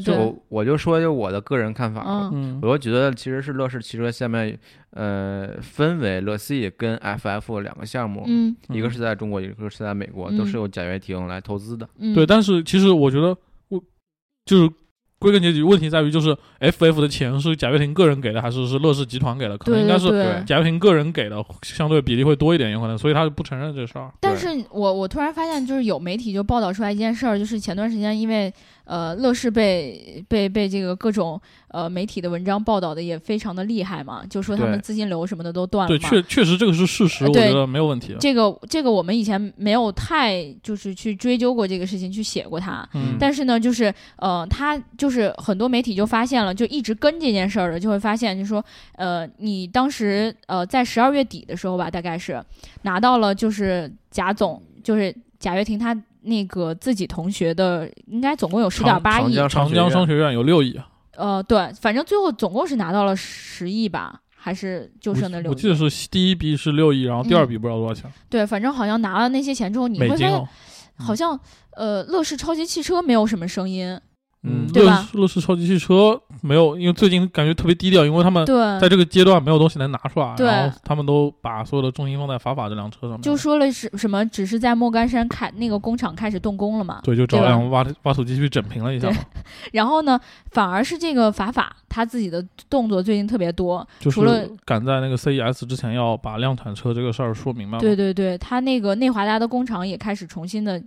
[SPEAKER 2] 对
[SPEAKER 3] 就
[SPEAKER 2] 对，
[SPEAKER 4] 就我就说就我的个人看法吧，
[SPEAKER 2] 嗯
[SPEAKER 3] 嗯，
[SPEAKER 4] 我就觉得其实是乐视汽车下面呃分为乐 C 跟 FF 两个项目，
[SPEAKER 2] 嗯
[SPEAKER 4] 一个是在中国，一个是在美国，都是
[SPEAKER 2] 嗯
[SPEAKER 4] 由贾跃亭来投资的。
[SPEAKER 2] 嗯，
[SPEAKER 3] 对，但是其实我觉得我就是归根结底，问题在于就是 FF 的钱是贾跃亭个人给的，还是是乐视集团给的？可能
[SPEAKER 2] 对
[SPEAKER 3] 应该是
[SPEAKER 2] 对
[SPEAKER 4] 对
[SPEAKER 3] 贾跃亭个人给的，相对比例会多一点，有可能，所以他就不承认这事儿。
[SPEAKER 2] 但
[SPEAKER 4] 对
[SPEAKER 2] 是我我突然发现，就是有媒体就报道出来一件事儿，就是前段时间因为呃乐视被被被这个各种呃媒体的文章报道的也非常的厉害嘛，就说他们
[SPEAKER 4] 对
[SPEAKER 2] 资金流什么的都断了
[SPEAKER 3] 对，
[SPEAKER 2] 嘛。
[SPEAKER 3] 确确实这个是事实，
[SPEAKER 2] 呃
[SPEAKER 3] 我
[SPEAKER 2] 啊对
[SPEAKER 3] 觉得没有问题。
[SPEAKER 2] 这个这个我们以前没有太就是去追究过这个事情，去写过它。
[SPEAKER 3] 嗯，
[SPEAKER 2] 但是呢，就是呃，他就是很多媒体就发现了，就一直跟这件事儿的，就会发现，就说呃，你当时呃在十二月底的时候吧，大概是拿到了就是贾总，就是贾跃亭他那个自己同学的，应该总共有十点
[SPEAKER 3] 长
[SPEAKER 2] 八
[SPEAKER 4] 长
[SPEAKER 2] 亿，
[SPEAKER 4] 江
[SPEAKER 3] 长江商
[SPEAKER 4] 商
[SPEAKER 3] 学院有六亿，啊
[SPEAKER 2] 呃，对，反正最后总共是拿到了十亿吧，还是就剩的
[SPEAKER 3] 我
[SPEAKER 2] 六
[SPEAKER 3] 我记得
[SPEAKER 2] 亿，
[SPEAKER 3] 是第一笔是六亿，然后第
[SPEAKER 2] 嗯
[SPEAKER 3] 二笔不知道多少钱，
[SPEAKER 2] 对，反正好像拿了那些钱之后，你会
[SPEAKER 3] 美
[SPEAKER 2] 发
[SPEAKER 3] 金
[SPEAKER 2] 现
[SPEAKER 3] 哦。
[SPEAKER 2] 好像呃乐视超级汽车没有什么声音，
[SPEAKER 3] 嗯，
[SPEAKER 2] 对
[SPEAKER 3] 乐
[SPEAKER 2] 吧
[SPEAKER 3] 视乐视超级汽车没有，因为最近感觉特别低调，因为他们
[SPEAKER 2] 对，
[SPEAKER 3] 呃在这个阶段没有东西能拿出来，
[SPEAKER 2] 嗯对
[SPEAKER 3] 然后他们都把所有的重心放在法法这辆车上面，
[SPEAKER 2] 就说了是什么，只是在莫干山开那个工厂开始动工了嘛。
[SPEAKER 3] 对，就找
[SPEAKER 2] 对吧
[SPEAKER 3] 辆挖挖土机去整平了一下嘛，
[SPEAKER 2] 然后呢，反而是这个法法他自己的动作最近特别多，
[SPEAKER 3] 就
[SPEAKER 2] 除了
[SPEAKER 3] 是赶在那个 CES 之前要把量产车这个事儿说明白嘛，
[SPEAKER 2] 对对对，他那个内华达的工厂也开始重新的，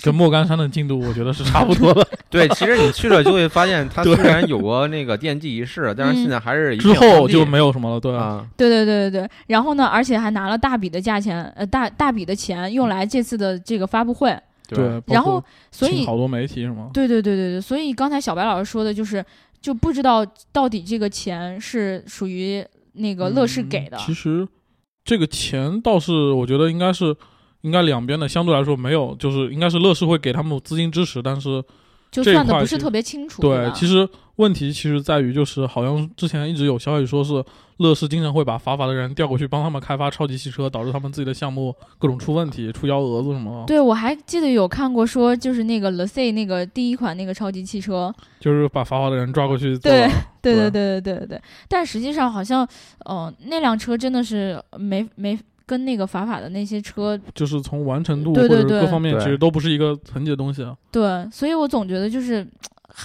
[SPEAKER 3] 跟莫干山的进度我觉得是差不多 的，
[SPEAKER 4] 对，其实你去了就会发现，它 虽
[SPEAKER 3] 对
[SPEAKER 4] 然有过那个奠基仪式，但
[SPEAKER 2] 嗯
[SPEAKER 4] 是现在还是一
[SPEAKER 3] 之
[SPEAKER 4] 片荒
[SPEAKER 3] 后
[SPEAKER 4] 地
[SPEAKER 3] 就没有什么了，对啊，
[SPEAKER 4] 啊。
[SPEAKER 2] 对对对对对。然后呢，而且还拿了大笔的价钱，呃，大大笔的钱用来这次的这个发布会，
[SPEAKER 3] 对，包
[SPEAKER 2] 然
[SPEAKER 3] 括
[SPEAKER 2] 后所
[SPEAKER 3] 请
[SPEAKER 2] 以
[SPEAKER 3] 好多媒体是吗？
[SPEAKER 2] 对对对对对，所以刚才小白老师说的就是，就不知道到底这个钱是属于那个乐视给的，
[SPEAKER 3] 嗯其实这个钱倒是我觉得应该是应该两边的相对来说没有，就是应该是乐视会给他们资金支持，但是
[SPEAKER 2] 就
[SPEAKER 3] 这一
[SPEAKER 2] 算的
[SPEAKER 3] 块
[SPEAKER 2] 不
[SPEAKER 3] 其
[SPEAKER 2] 是
[SPEAKER 3] 实
[SPEAKER 2] 特别清楚。
[SPEAKER 3] 对，其
[SPEAKER 2] 实
[SPEAKER 3] 实问题其实在于就是好像之前一直有消息说是乐视经常会把法法的人调过去帮他们开发超级汽车，导致他们自己的项目各种出问题、出幺蛾子什么的，
[SPEAKER 2] 对我还记得有看过说，就是那个 l e s a 那个第一款那个超级汽车，
[SPEAKER 3] 就是把法法的人抓过去做
[SPEAKER 2] 对
[SPEAKER 3] 了
[SPEAKER 2] 对对
[SPEAKER 3] 对
[SPEAKER 2] 对对对对。但实际上好像，嗯、那辆车真的是没没跟那个法法的那些车
[SPEAKER 3] 就是从完成度
[SPEAKER 2] 对对
[SPEAKER 3] 或者
[SPEAKER 2] 对
[SPEAKER 3] 各方面
[SPEAKER 4] 对
[SPEAKER 3] 其实都不是一个层级的东西啊。
[SPEAKER 2] 对，所以我总觉得就是。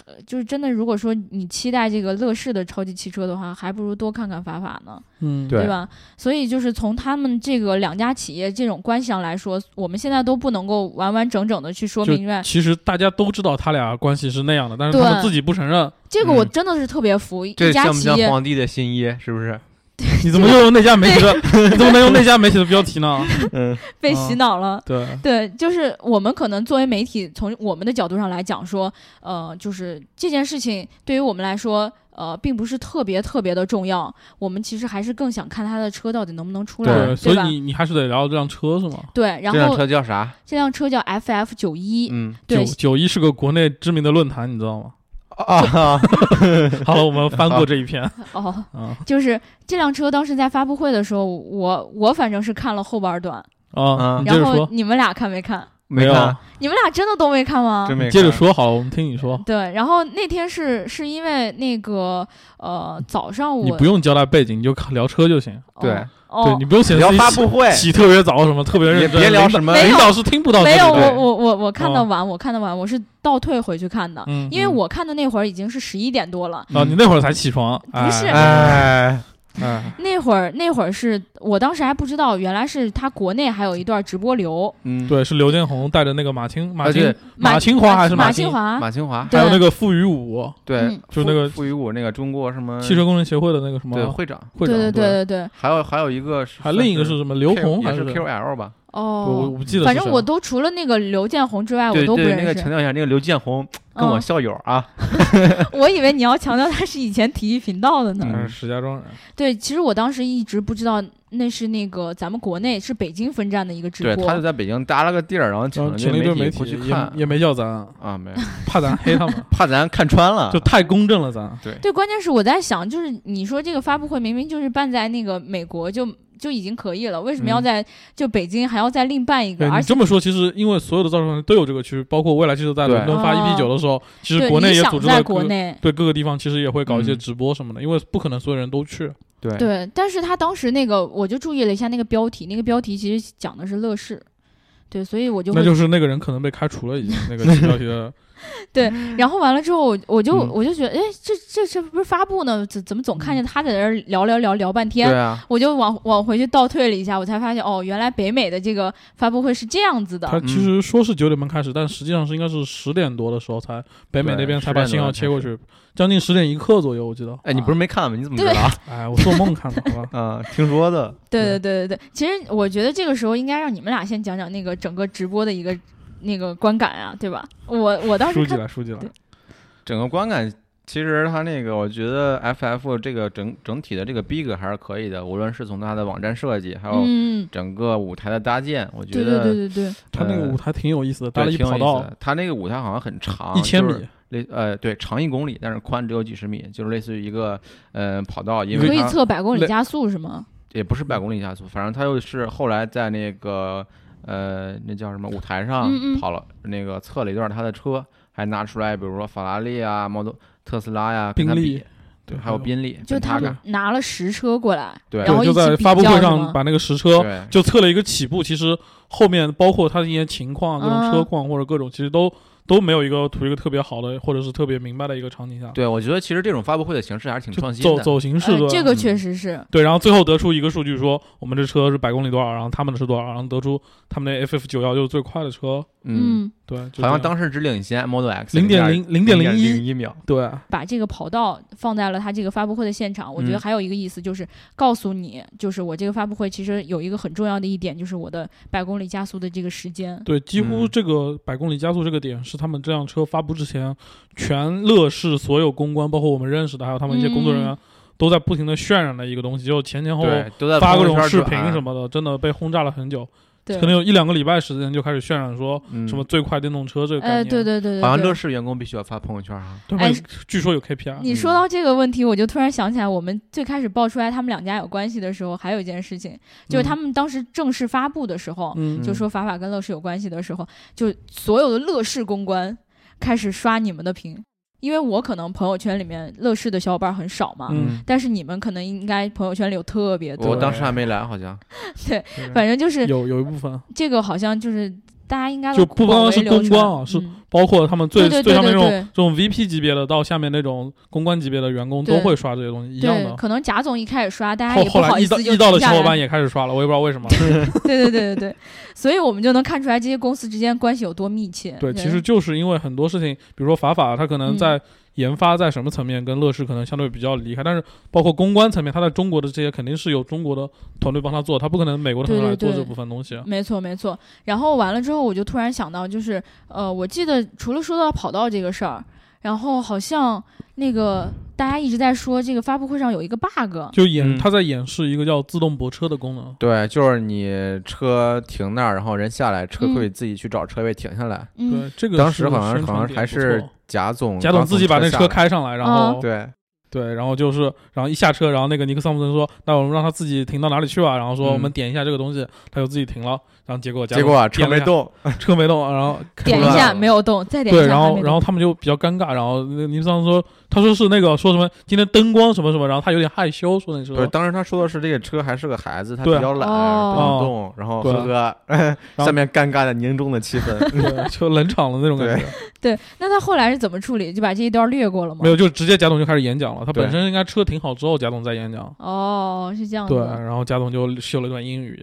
[SPEAKER 2] 呃就是真的，如果说你期待这个乐视的超级汽车的话，还不如多看看法法呢，
[SPEAKER 3] 嗯，
[SPEAKER 4] 对
[SPEAKER 2] 吧？所以就是从他们这个两家企业这种关系上来说，我们现在都不能够完完整整的去说
[SPEAKER 3] 就
[SPEAKER 2] 明白
[SPEAKER 3] 其实大家都知道他俩关系是那样的，但是他
[SPEAKER 2] 对
[SPEAKER 3] 们自己不承认。
[SPEAKER 2] 这个，我
[SPEAKER 4] 嗯
[SPEAKER 2] 真的是特别服、一
[SPEAKER 4] 这
[SPEAKER 2] 家
[SPEAKER 4] 像不
[SPEAKER 2] 企
[SPEAKER 4] 像
[SPEAKER 2] 业。
[SPEAKER 4] 皇帝的新衣？是不是？
[SPEAKER 3] 你怎么又用那家媒体的？你怎么能用那家媒体的标题呢？
[SPEAKER 4] 嗯，
[SPEAKER 2] 被洗
[SPEAKER 3] 嗯
[SPEAKER 2] 脑了。
[SPEAKER 3] 对，
[SPEAKER 2] 对，就是我们可能作为媒体，从我们的角度上来讲说，呃，就是这件事情对于我们来说，呃，并不是特别特别的重要。我们其实还是更想看他的车到底能不能出来，
[SPEAKER 3] 对，
[SPEAKER 2] 对
[SPEAKER 3] 所以
[SPEAKER 2] 吧？
[SPEAKER 3] 你你还是得聊这辆车是吗？
[SPEAKER 2] 对，
[SPEAKER 4] 这
[SPEAKER 2] 然
[SPEAKER 4] 辆
[SPEAKER 2] 后
[SPEAKER 4] 车叫啥？
[SPEAKER 2] 这辆车叫 FF 九一，
[SPEAKER 4] 嗯
[SPEAKER 2] 对
[SPEAKER 3] 九，九一是个国内知名的论坛，你知道吗？
[SPEAKER 4] 啊，
[SPEAKER 3] 好了，我们翻过这一篇
[SPEAKER 2] 哦，
[SPEAKER 3] 啊
[SPEAKER 2] 就是这辆车当时在发布会的时候，我我反正是看了后半段，
[SPEAKER 3] 啊，
[SPEAKER 4] 嗯
[SPEAKER 3] 你接
[SPEAKER 2] 然
[SPEAKER 3] 着
[SPEAKER 2] 后
[SPEAKER 3] 说，
[SPEAKER 2] 你们俩看没看？
[SPEAKER 4] 没
[SPEAKER 3] 有，
[SPEAKER 4] 看，
[SPEAKER 2] 你们俩真的都没看吗？
[SPEAKER 4] 真没看。
[SPEAKER 3] 接着说好了，我们听你说，
[SPEAKER 2] 对，然后那天是是因为那个呃早上我
[SPEAKER 3] 你不用交代背景，你就聊车就行。
[SPEAKER 2] 哦
[SPEAKER 4] 对
[SPEAKER 2] 哦
[SPEAKER 3] 对你不用显示
[SPEAKER 4] 聊
[SPEAKER 3] 自己
[SPEAKER 4] 发布会，
[SPEAKER 3] 起起特别早什么，特别认
[SPEAKER 4] 也
[SPEAKER 3] 真，
[SPEAKER 4] 别
[SPEAKER 3] 领
[SPEAKER 4] 聊
[SPEAKER 3] 导
[SPEAKER 4] 什么
[SPEAKER 2] 没有
[SPEAKER 3] 领导是听不到这
[SPEAKER 2] 没有，
[SPEAKER 3] 个的。
[SPEAKER 2] 我
[SPEAKER 4] 对
[SPEAKER 2] 我我我看得
[SPEAKER 3] 哦
[SPEAKER 2] 完，我看得完，我是倒退回去看的，
[SPEAKER 3] 嗯，
[SPEAKER 2] 因为
[SPEAKER 3] 嗯
[SPEAKER 2] 我看的那会儿已经是十一点多了。
[SPEAKER 3] 啊，你那会儿才起床，
[SPEAKER 2] 不是
[SPEAKER 3] 哎
[SPEAKER 4] 嗯哎
[SPEAKER 3] 嗯
[SPEAKER 4] 哎，
[SPEAKER 2] 那会儿那会儿是我当时还不知道，原来是他国内还有一段直播流，
[SPEAKER 4] 嗯，
[SPEAKER 3] 对，是刘建宏带着那个马青，马
[SPEAKER 4] 啊对
[SPEAKER 3] 青，马清华还是
[SPEAKER 2] 马
[SPEAKER 3] 马
[SPEAKER 2] 清
[SPEAKER 3] 清
[SPEAKER 2] 华？
[SPEAKER 4] 马清华，
[SPEAKER 2] 对
[SPEAKER 3] 还有那个傅雨武，
[SPEAKER 4] 对
[SPEAKER 2] 啊嗯，
[SPEAKER 3] 就那个
[SPEAKER 4] 傅雨武那个中国什么
[SPEAKER 3] 汽车工人协会的那个什
[SPEAKER 4] 对
[SPEAKER 3] 么啊
[SPEAKER 4] 会长，
[SPEAKER 3] 会长，
[SPEAKER 2] 对对
[SPEAKER 3] 对，
[SPEAKER 2] 对对，
[SPEAKER 4] 还有还有一个是
[SPEAKER 3] 还另一个
[SPEAKER 4] 算
[SPEAKER 3] 是什么刘
[SPEAKER 4] 是 Q-
[SPEAKER 3] 鹏
[SPEAKER 4] 也
[SPEAKER 3] 还
[SPEAKER 4] 是
[SPEAKER 3] 是
[SPEAKER 4] QL 吧？
[SPEAKER 3] 我我
[SPEAKER 2] 哦，
[SPEAKER 3] 不记得是谁了，
[SPEAKER 2] 反正我都除了那个刘建宏之外，啊我
[SPEAKER 4] 对
[SPEAKER 2] 都不
[SPEAKER 4] 对，那个
[SPEAKER 2] 认识
[SPEAKER 4] 强。调一下，那个刘建宏跟我
[SPEAKER 2] 嗯
[SPEAKER 4] 校友啊，
[SPEAKER 2] 我以为你要强调他是以前体育频道的呢。
[SPEAKER 3] 嗯石家庄人，
[SPEAKER 2] 对，其实我当时一直不知道那是那个咱们国内是北京分站的一个直
[SPEAKER 4] 对
[SPEAKER 2] 播
[SPEAKER 4] 他就。在北京搭了个地儿，然后
[SPEAKER 3] 然
[SPEAKER 4] 请
[SPEAKER 3] 后
[SPEAKER 4] 了
[SPEAKER 3] 嗯请了一
[SPEAKER 4] 堆
[SPEAKER 3] 堆
[SPEAKER 4] 媒
[SPEAKER 3] 媒
[SPEAKER 4] 体过去看
[SPEAKER 3] 也也没叫咱，
[SPEAKER 4] 啊，没有，，
[SPEAKER 3] 怕咱黑他们
[SPEAKER 4] 怕咱看穿了，
[SPEAKER 3] 就太公正了咱。
[SPEAKER 2] 对，关键是我在想，就是你说这个发布会明明就是办在那个美国就就已经可以了，为什么要
[SPEAKER 3] 嗯
[SPEAKER 2] 在、就北京还要再另办一个？
[SPEAKER 3] 对
[SPEAKER 2] 而
[SPEAKER 3] 你
[SPEAKER 2] 且
[SPEAKER 3] 这么说，其实因为所有的造船厂都有这个区，包括未来汽车在
[SPEAKER 4] 对
[SPEAKER 3] 伦敦发
[SPEAKER 2] 哦
[SPEAKER 3] EP 九的时候，其实
[SPEAKER 2] 对
[SPEAKER 3] 国内
[SPEAKER 2] 你
[SPEAKER 3] 也
[SPEAKER 2] 想
[SPEAKER 3] 组织
[SPEAKER 2] 在
[SPEAKER 3] 了
[SPEAKER 2] 国
[SPEAKER 3] 各
[SPEAKER 2] 内，
[SPEAKER 3] 对各个地方其实也会搞一些
[SPEAKER 4] 嗯
[SPEAKER 3] 直播什么的，因为不可能所有人都去。
[SPEAKER 4] 对
[SPEAKER 2] 对，但是他当时那个，我就注意了一下那个标题，那个标题其实讲的是乐视，对，所以我就
[SPEAKER 3] 那
[SPEAKER 2] 会，
[SPEAKER 3] 就是那个人可能被开除了，已经那个秦 小的，
[SPEAKER 4] 嗯
[SPEAKER 2] 然后完了之后，我我就、
[SPEAKER 3] 嗯
[SPEAKER 2] 我就觉得，哎，这这这不是发布呢，怎怎么总看见他在那儿聊聊聊聊半天？
[SPEAKER 4] 对啊，
[SPEAKER 2] 我就往往回去倒退了一下，我才发现哦，原来北美的这个发布会是这样子
[SPEAKER 3] 他
[SPEAKER 2] 的。
[SPEAKER 3] 其实说是九点半开始，但实际上是应该是十点多的时候才北美那边才把
[SPEAKER 4] 对10
[SPEAKER 3] 信号切过
[SPEAKER 4] 嗯
[SPEAKER 3] 去，将近十点一刻左右，我记得。
[SPEAKER 4] 哎，你不是没看吗？你怎么知道啊？？
[SPEAKER 3] 哎，我做梦看的，好吧
[SPEAKER 4] 啊，听说的，
[SPEAKER 2] 对对
[SPEAKER 3] 对
[SPEAKER 2] 对对对，其实我觉得这个时候应该让你们俩先讲讲那个整个直播的一个那个观感啊，对吧？我我 当时
[SPEAKER 3] 书记
[SPEAKER 2] 看，
[SPEAKER 3] 来，书记来
[SPEAKER 2] 对，
[SPEAKER 4] 整个观感。其实它那个，我觉得 FF 这个整整体的这个逼格还是可以的，无论是从它的网站设计，还有
[SPEAKER 2] 嗯，
[SPEAKER 4] 整个舞台的搭建，我哦觉
[SPEAKER 2] 对对
[SPEAKER 4] 得
[SPEAKER 2] 对对对，
[SPEAKER 3] 他那个
[SPEAKER 4] 呃
[SPEAKER 3] 舞台挺有意思的，搭
[SPEAKER 4] 对
[SPEAKER 3] 了一
[SPEAKER 4] 挺有
[SPEAKER 3] 跑
[SPEAKER 4] 意
[SPEAKER 3] 道
[SPEAKER 4] 思，的。它那个舞台好像很长，
[SPEAKER 3] 一千
[SPEAKER 4] 就是
[SPEAKER 3] 米，
[SPEAKER 4] 类呃对长一公里，但是宽只有几十米，就是类似于一个呃跑道，因为
[SPEAKER 2] 可以
[SPEAKER 4] 它
[SPEAKER 2] 测百公里
[SPEAKER 3] 那
[SPEAKER 2] 加速是吗？
[SPEAKER 4] 也不是百公里加速，反正他又是后来在那个呃那叫什么舞台上
[SPEAKER 2] 嗯嗯
[SPEAKER 4] 跑了那个测了一段他的车，还拿出来比如说法拉利啊、摩托特斯拉呀、跟
[SPEAKER 3] 宾
[SPEAKER 4] 他
[SPEAKER 3] 利嗯
[SPEAKER 4] 比，对，还有宾利，
[SPEAKER 2] 就
[SPEAKER 4] 跟
[SPEAKER 2] 他
[SPEAKER 4] 他
[SPEAKER 2] 拿了实车过来，
[SPEAKER 4] 对
[SPEAKER 2] 然后
[SPEAKER 3] 对，就
[SPEAKER 2] 一起
[SPEAKER 3] 在
[SPEAKER 2] 比
[SPEAKER 3] 发布
[SPEAKER 2] 较
[SPEAKER 3] 会
[SPEAKER 2] 是
[SPEAKER 3] 上
[SPEAKER 2] 吗
[SPEAKER 3] 把那个实车
[SPEAKER 4] 对
[SPEAKER 3] 就测了一个起步，其实后面包括它的一些情况、各种车
[SPEAKER 2] 嗯
[SPEAKER 3] 况或者各种，其实都都没有一个图一个特别好的或者是特别明白的一个场景下，
[SPEAKER 4] 对，我觉得其实这种发布会的形式还是挺创新
[SPEAKER 3] 走
[SPEAKER 4] 的。
[SPEAKER 3] 走形式
[SPEAKER 2] 呃，
[SPEAKER 3] 的。
[SPEAKER 2] 这个
[SPEAKER 4] 嗯
[SPEAKER 2] 确实是，
[SPEAKER 3] 对，然后最后得出一个数据说，我们这车是百公里多少，然后他们的是多少，然后得出他们那 FF 九幺就是最快的车，
[SPEAKER 4] 嗯，，
[SPEAKER 3] 对，
[SPEAKER 4] 好像当时只领先 Model X
[SPEAKER 3] 零点零零点零
[SPEAKER 4] 零
[SPEAKER 3] 一，
[SPEAKER 4] 一秒。
[SPEAKER 3] 对，
[SPEAKER 2] 把这个跑道放在了他这个发布会的现场，我觉得
[SPEAKER 4] 嗯
[SPEAKER 2] 还有一个意思就是告诉你，就是我这个发布会其实有一个很重要的一点，就是我的百公里加速的这个时间。
[SPEAKER 3] 对，几乎
[SPEAKER 4] 嗯
[SPEAKER 3] 这个百公里加速这个点是他们这辆车发布之前，全乐视所有公关，包括我们认识的，还有他们一些工作人员，
[SPEAKER 2] 嗯
[SPEAKER 3] 都在不停的渲染的一个东西，就前前后后
[SPEAKER 4] 对，都在
[SPEAKER 3] 发各
[SPEAKER 4] 朋友
[SPEAKER 3] 种
[SPEAKER 4] 圈
[SPEAKER 3] 视
[SPEAKER 4] 转啊
[SPEAKER 3] 频什，么的，真的被轰炸了很久，
[SPEAKER 2] 对，
[SPEAKER 3] 可能有一两个礼拜时间就开始渲染说
[SPEAKER 4] 嗯
[SPEAKER 3] 什么最快电动车这个概念，啊
[SPEAKER 2] 哎，对对对对，
[SPEAKER 4] 好像
[SPEAKER 2] 对
[SPEAKER 4] 乐视员工必须要发朋友圈啊。
[SPEAKER 3] 对吧，
[SPEAKER 2] 哎
[SPEAKER 3] 据说有 KPI，
[SPEAKER 2] 你说到这个问题，我就突然想起来，我们最开始爆出来他们两家有关系的时候，还有一件事情，就是他们当时正式发布的时候，
[SPEAKER 3] 嗯，
[SPEAKER 2] 就说法法跟乐视有关系的时候，就所有的乐视公关开始刷你们的屏，因为我可能朋友圈里面乐视的小伙伴很少嘛，
[SPEAKER 3] 嗯，
[SPEAKER 2] 但是你们可能应该朋友圈里有特别
[SPEAKER 4] 我
[SPEAKER 2] 多，
[SPEAKER 4] 当时还没来，好像
[SPEAKER 3] 对
[SPEAKER 2] 反正就是
[SPEAKER 3] 有有一部分，
[SPEAKER 2] 这个好像就是大家应该
[SPEAKER 3] 就
[SPEAKER 2] 都
[SPEAKER 3] 不光
[SPEAKER 2] 广为
[SPEAKER 3] 是
[SPEAKER 2] 流
[SPEAKER 3] 公关
[SPEAKER 2] 传
[SPEAKER 3] 啊是
[SPEAKER 2] 嗯
[SPEAKER 3] 包括他们最
[SPEAKER 2] 对对对
[SPEAKER 3] 最上面那种
[SPEAKER 2] 对对
[SPEAKER 3] 这种 VP 级别的到下面那种公关级别的员工都
[SPEAKER 2] 对
[SPEAKER 3] 会刷这些东西，一样
[SPEAKER 2] 对，
[SPEAKER 3] 的。
[SPEAKER 2] 可能贾总一开始刷，大家
[SPEAKER 3] 后
[SPEAKER 2] 也不
[SPEAKER 3] 后来
[SPEAKER 2] 好意
[SPEAKER 3] 遇到
[SPEAKER 2] 思就
[SPEAKER 3] 遇到的
[SPEAKER 2] 停下
[SPEAKER 3] 小伙
[SPEAKER 2] 来
[SPEAKER 3] 伴也开始刷了，我也不知道为什么。
[SPEAKER 2] 对对对对对，所以我们就能看出来这些公司之间关系有多密切。
[SPEAKER 3] 对，其实就是因为很多事情，比如说法法，它可能
[SPEAKER 2] 嗯
[SPEAKER 3] 在研发在什么层面跟乐视可能相对比较离开，但是包括公关层面，它在中国的这些肯定是有中国的团队帮他做，他不可能美国的团队来
[SPEAKER 2] 对对
[SPEAKER 3] 做
[SPEAKER 2] 对
[SPEAKER 3] 这部分东西。啊
[SPEAKER 2] 没错，没错。然后完了之后，我就突然想到，就是呃，我记得除了说到跑道这个事儿，然后好像那个大家一直在说这个发布会上有一个 bug，
[SPEAKER 3] 就演
[SPEAKER 4] 嗯
[SPEAKER 3] 他在演示一个叫自动泊车的功能，
[SPEAKER 4] 对，就是你车停那儿，然后人下来，车可以自己去找车位停下来。
[SPEAKER 2] 嗯，
[SPEAKER 3] 对嗯这个
[SPEAKER 4] 当
[SPEAKER 3] 是
[SPEAKER 4] 时好像
[SPEAKER 3] 宣传
[SPEAKER 4] 好像
[SPEAKER 3] 点
[SPEAKER 4] 还
[SPEAKER 3] 不
[SPEAKER 4] 是
[SPEAKER 3] 错
[SPEAKER 4] 贾总
[SPEAKER 3] 贾总自己把那车
[SPEAKER 4] 车下来，
[SPEAKER 3] 开上来，然
[SPEAKER 2] 哦
[SPEAKER 3] 后
[SPEAKER 4] 对
[SPEAKER 3] 对，然后就是，然后一下车，然后那个尼克桑普森说：“那我们让他自己停到哪里去吧。”然后说：“
[SPEAKER 4] 嗯
[SPEAKER 3] 我们点一下这个东西，他就自己停了。”然后结果贾
[SPEAKER 4] 结果啊
[SPEAKER 3] 总点
[SPEAKER 4] 车
[SPEAKER 3] 了
[SPEAKER 4] 没
[SPEAKER 3] 一下，
[SPEAKER 4] 动，
[SPEAKER 3] 车没动，然后
[SPEAKER 2] 点一
[SPEAKER 4] 出来
[SPEAKER 2] 下
[SPEAKER 4] 了
[SPEAKER 2] 没有动，再点一
[SPEAKER 3] 对，
[SPEAKER 2] 下
[SPEAKER 3] 然
[SPEAKER 2] 还
[SPEAKER 3] 后
[SPEAKER 2] 没
[SPEAKER 3] 然后
[SPEAKER 2] 动
[SPEAKER 3] 他们就比较尴尬。然后那个尼克桑说：“他说是那个说什么今天灯光什么什么。”然后他有点害羞，说那时
[SPEAKER 4] 不是，
[SPEAKER 3] 候，
[SPEAKER 4] 当时他说的是这个车还是个孩子，他比
[SPEAKER 3] 对啊
[SPEAKER 4] 较懒，
[SPEAKER 2] 哦
[SPEAKER 4] 不能动，然后
[SPEAKER 3] 对啊
[SPEAKER 4] 呵呵，
[SPEAKER 3] 后
[SPEAKER 4] 下面尴尬的凝重的气氛。
[SPEAKER 3] 对，就冷场了那种感觉。
[SPEAKER 2] 对，那他后来是怎么处理？就把这一段略过了吗？
[SPEAKER 3] 没有，就直接贾总就开始演讲了。他
[SPEAKER 4] 对
[SPEAKER 3] 本身应该车停好之后，贾总再演讲。
[SPEAKER 2] 哦，是这样
[SPEAKER 3] 对，
[SPEAKER 2] 子。
[SPEAKER 3] 然后贾总就秀了一段英语。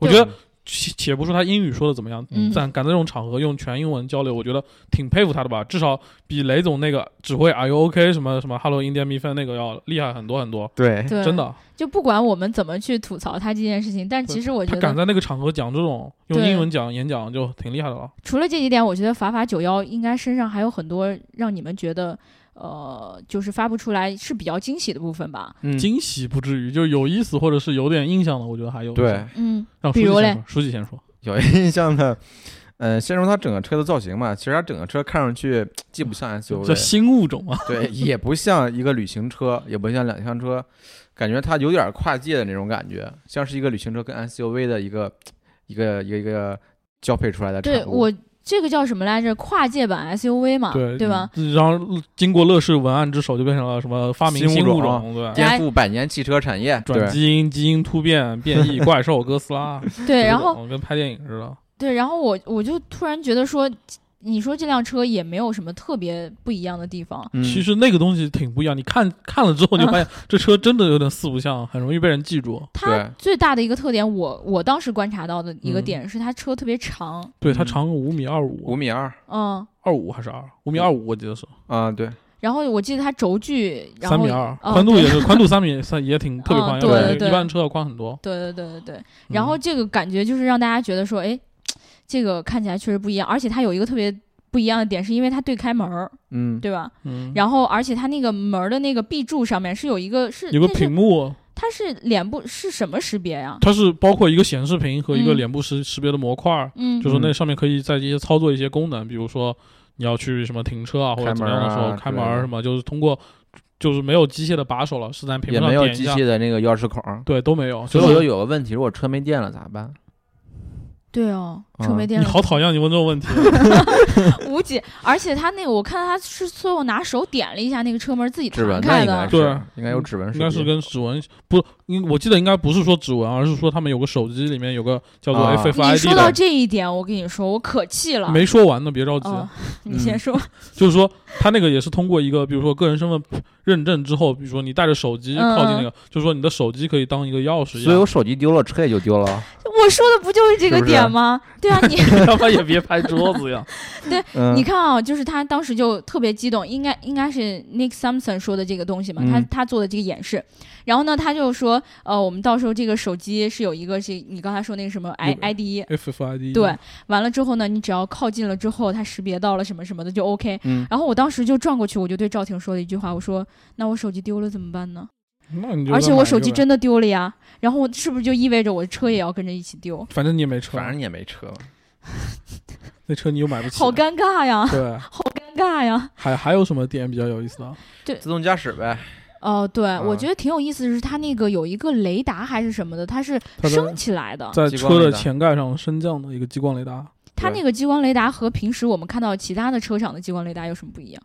[SPEAKER 3] 我
[SPEAKER 2] 对
[SPEAKER 3] 觉得且且不说他英语说的怎么样，
[SPEAKER 2] 嗯
[SPEAKER 3] 但敢在这种场合用全英文交流，我觉得挺佩服他的吧。至少比雷总那个只会 Are you OK 什么什么 Hello Indian Me Fan 那个要厉害很多很多，
[SPEAKER 4] 对，
[SPEAKER 2] 对，
[SPEAKER 3] 真，的。
[SPEAKER 2] 就不管我们怎么去吐槽他这件事情，但
[SPEAKER 3] 对
[SPEAKER 2] 其实我
[SPEAKER 3] 他
[SPEAKER 2] 觉
[SPEAKER 3] 敢
[SPEAKER 2] 得，
[SPEAKER 3] 在那个场合讲这种用
[SPEAKER 2] 对
[SPEAKER 3] 英文讲演讲，就挺厉害的了。
[SPEAKER 2] 除了这几点，我觉得法法九幺应该身上还有很多让你们觉得，呃，就是发不出来是比较惊喜的部分吧。
[SPEAKER 4] 嗯，
[SPEAKER 3] 惊喜不至于，就有意思或者是有点印象的，我觉得还有一些。
[SPEAKER 4] 对，
[SPEAKER 2] 嗯
[SPEAKER 3] 让书
[SPEAKER 2] 比
[SPEAKER 3] 记
[SPEAKER 2] 如
[SPEAKER 3] 先
[SPEAKER 2] 嘞
[SPEAKER 3] 说，书记先说。
[SPEAKER 4] 有印象的。嗯，先说它整个车的造型吧，其实它整个车看上去既不像
[SPEAKER 3] 叫
[SPEAKER 4] SUV，
[SPEAKER 3] 新 物种啊，
[SPEAKER 4] 对，也不像一个旅行车，也不像两厢车，感觉它有点跨界的那种感觉，像是一个旅行车跟 SUV 的一个一个一个一个交配出来的产物。
[SPEAKER 2] 对我这个叫什么来着？跨界版 SUV 嘛，
[SPEAKER 3] 对
[SPEAKER 2] 吧？
[SPEAKER 3] 然后经过乐视文案之手，就变成了什么发明
[SPEAKER 4] 新物
[SPEAKER 3] 新物
[SPEAKER 4] 种啊
[SPEAKER 3] 种，对，
[SPEAKER 4] 颠覆百年汽车产业，
[SPEAKER 3] 转
[SPEAKER 4] 对，
[SPEAKER 3] 基因、基因 突变、变异、怪兽、哥斯拉，
[SPEAKER 2] 对，然后
[SPEAKER 3] 跟拍电影似的。
[SPEAKER 2] 对，然后我我就突然觉得说，你说这辆车也没有什么特别不一样的地方，
[SPEAKER 4] 嗯
[SPEAKER 3] 其实那个东西挺不一样，你看看了之后，你 就发现这车真的有点四不像，很容易被人记住。
[SPEAKER 2] 它
[SPEAKER 4] 对
[SPEAKER 2] 最大的一个特点，我我当时观察到的一个
[SPEAKER 3] 嗯
[SPEAKER 2] 点是它车特别长，
[SPEAKER 3] 对，它
[SPEAKER 4] 嗯
[SPEAKER 3] 长五米二五
[SPEAKER 4] 五，米二
[SPEAKER 2] 嗯，
[SPEAKER 3] 二五还是二五米二五，我记得是
[SPEAKER 4] 啊，对，
[SPEAKER 2] 然后我记得它轴距，然后
[SPEAKER 3] 三米二，
[SPEAKER 2] 哦
[SPEAKER 3] 宽度也是宽度三米三，也挺特别
[SPEAKER 2] 哦
[SPEAKER 3] 宽，
[SPEAKER 2] 对
[SPEAKER 3] 要比
[SPEAKER 4] 对
[SPEAKER 2] 对
[SPEAKER 3] 一般车要宽很多。
[SPEAKER 2] 对对对对对，
[SPEAKER 3] 嗯
[SPEAKER 2] 然后这个感觉就是让大家觉得说，哎，这个看起来确实不一样，而且它有一个特别不一样的点，是因为它对开门儿，
[SPEAKER 4] 嗯，
[SPEAKER 2] 对吧？
[SPEAKER 3] 嗯，
[SPEAKER 2] 然后而且它那个门儿的那个壁柱上面是有一个是
[SPEAKER 3] 有个
[SPEAKER 2] 那是
[SPEAKER 3] 屏幕，
[SPEAKER 2] 它是脸部是什么识别呀、
[SPEAKER 3] 它是包括一个显示屏和一个
[SPEAKER 2] 嗯
[SPEAKER 3] 脸部识识别的模块儿，
[SPEAKER 2] 嗯，
[SPEAKER 3] 就是那
[SPEAKER 4] 嗯
[SPEAKER 3] 上面可以在这些操作一些功能，比如说你要去什么停车啊，或者
[SPEAKER 4] 开
[SPEAKER 3] 怎
[SPEAKER 4] 门
[SPEAKER 3] 么样的时候
[SPEAKER 4] 啊
[SPEAKER 3] 开
[SPEAKER 4] 之
[SPEAKER 3] 门
[SPEAKER 4] 类
[SPEAKER 3] 儿
[SPEAKER 4] 的
[SPEAKER 3] 什么，就是通过就是没有机械的把手了，是在屏
[SPEAKER 4] 也
[SPEAKER 3] 幕上
[SPEAKER 4] 没有
[SPEAKER 3] 点一
[SPEAKER 4] 机
[SPEAKER 3] 下
[SPEAKER 4] 械，的那个钥匙孔儿，
[SPEAKER 3] 对，都没有。
[SPEAKER 4] 所
[SPEAKER 3] 就
[SPEAKER 4] 以我就是有个问题，如果车没电了咋办？
[SPEAKER 2] 对哦，
[SPEAKER 4] 啊
[SPEAKER 2] 车没电
[SPEAKER 3] 你
[SPEAKER 2] 了，
[SPEAKER 3] 好讨厌你问这种问题，
[SPEAKER 2] 无解。而且它那个，我看他是最后拿手点了一下那个车门，自己
[SPEAKER 4] 指
[SPEAKER 2] 弹
[SPEAKER 4] 纹那
[SPEAKER 2] 开
[SPEAKER 4] 应该
[SPEAKER 2] 的。
[SPEAKER 4] 是，
[SPEAKER 3] 对
[SPEAKER 4] 应该有指纹识
[SPEAKER 3] 应
[SPEAKER 4] 别，
[SPEAKER 3] 该是跟指纹不，应我记得应该不是说指纹，而是说他们有个手机里面有个叫做
[SPEAKER 4] 啊
[SPEAKER 2] 你
[SPEAKER 3] FFID
[SPEAKER 2] 说到
[SPEAKER 3] 的。
[SPEAKER 2] 这一点，我跟你说，我可气了。
[SPEAKER 3] 没说完呢，别着急，
[SPEAKER 2] 哦，你
[SPEAKER 4] 嗯
[SPEAKER 2] 先说。
[SPEAKER 3] 就是说他那个也是通过一个，比如说个人身份认证之后，比如说你带着手机
[SPEAKER 2] 嗯
[SPEAKER 3] 靠近那个，就是说你的手机可以当一个钥匙一
[SPEAKER 4] 所以我
[SPEAKER 3] 样。
[SPEAKER 4] 手机丢了，车也就丢了。
[SPEAKER 2] 我说的不就是这个
[SPEAKER 4] 是不是
[SPEAKER 2] 点吗？对啊， 你
[SPEAKER 3] 你他妈也别拍桌子呀！
[SPEAKER 4] 嗯，
[SPEAKER 2] 你看啊，就是他当时就特别激动，应该应该是 Nick Sampson 说的这个东西嘛，
[SPEAKER 4] 嗯
[SPEAKER 2] 他他做的这个演示，然后呢，他就说，呃，我们到时候这个手机是有一个是你刚才说那个什么 i
[SPEAKER 3] 有
[SPEAKER 2] ID，
[SPEAKER 3] FFID
[SPEAKER 2] 对，完了之后呢，你只要靠近了之后，它识别到了什么什么的就 OK。
[SPEAKER 4] 嗯
[SPEAKER 2] 然后我当时就转过去，我就对赵婷说了一句话，我说：“那我手机丢了怎么办呢？
[SPEAKER 3] 那你就
[SPEAKER 2] 而且
[SPEAKER 3] 再买
[SPEAKER 2] 我
[SPEAKER 3] 一
[SPEAKER 2] 手
[SPEAKER 3] 个
[SPEAKER 2] 机
[SPEAKER 3] 呗，
[SPEAKER 2] 真的丢了呀，然后是不是就意味着我的车也要跟着一起丢？
[SPEAKER 3] 反正你也没车，
[SPEAKER 4] 反正你也没车，
[SPEAKER 3] 那车你又买不起，
[SPEAKER 2] 好尴尬呀，
[SPEAKER 3] 对，
[SPEAKER 2] 尴尬呀！
[SPEAKER 3] 还还有什么点比较有意思的？
[SPEAKER 4] 自动驾驶呗。
[SPEAKER 2] 哦，对，我
[SPEAKER 3] 啊
[SPEAKER 4] 嗯
[SPEAKER 2] 觉得挺有意思的是，它那个有一个雷达还是什么的，它是
[SPEAKER 3] 它的
[SPEAKER 2] 升起来的。
[SPEAKER 3] 在
[SPEAKER 4] 啊激光
[SPEAKER 3] 车
[SPEAKER 4] 雷
[SPEAKER 3] 的
[SPEAKER 4] 达
[SPEAKER 3] 前盖上升降的一个激光雷达，
[SPEAKER 2] 它那个激光雷达和平时我们看到其他的车厂的激光雷达有什么不一样？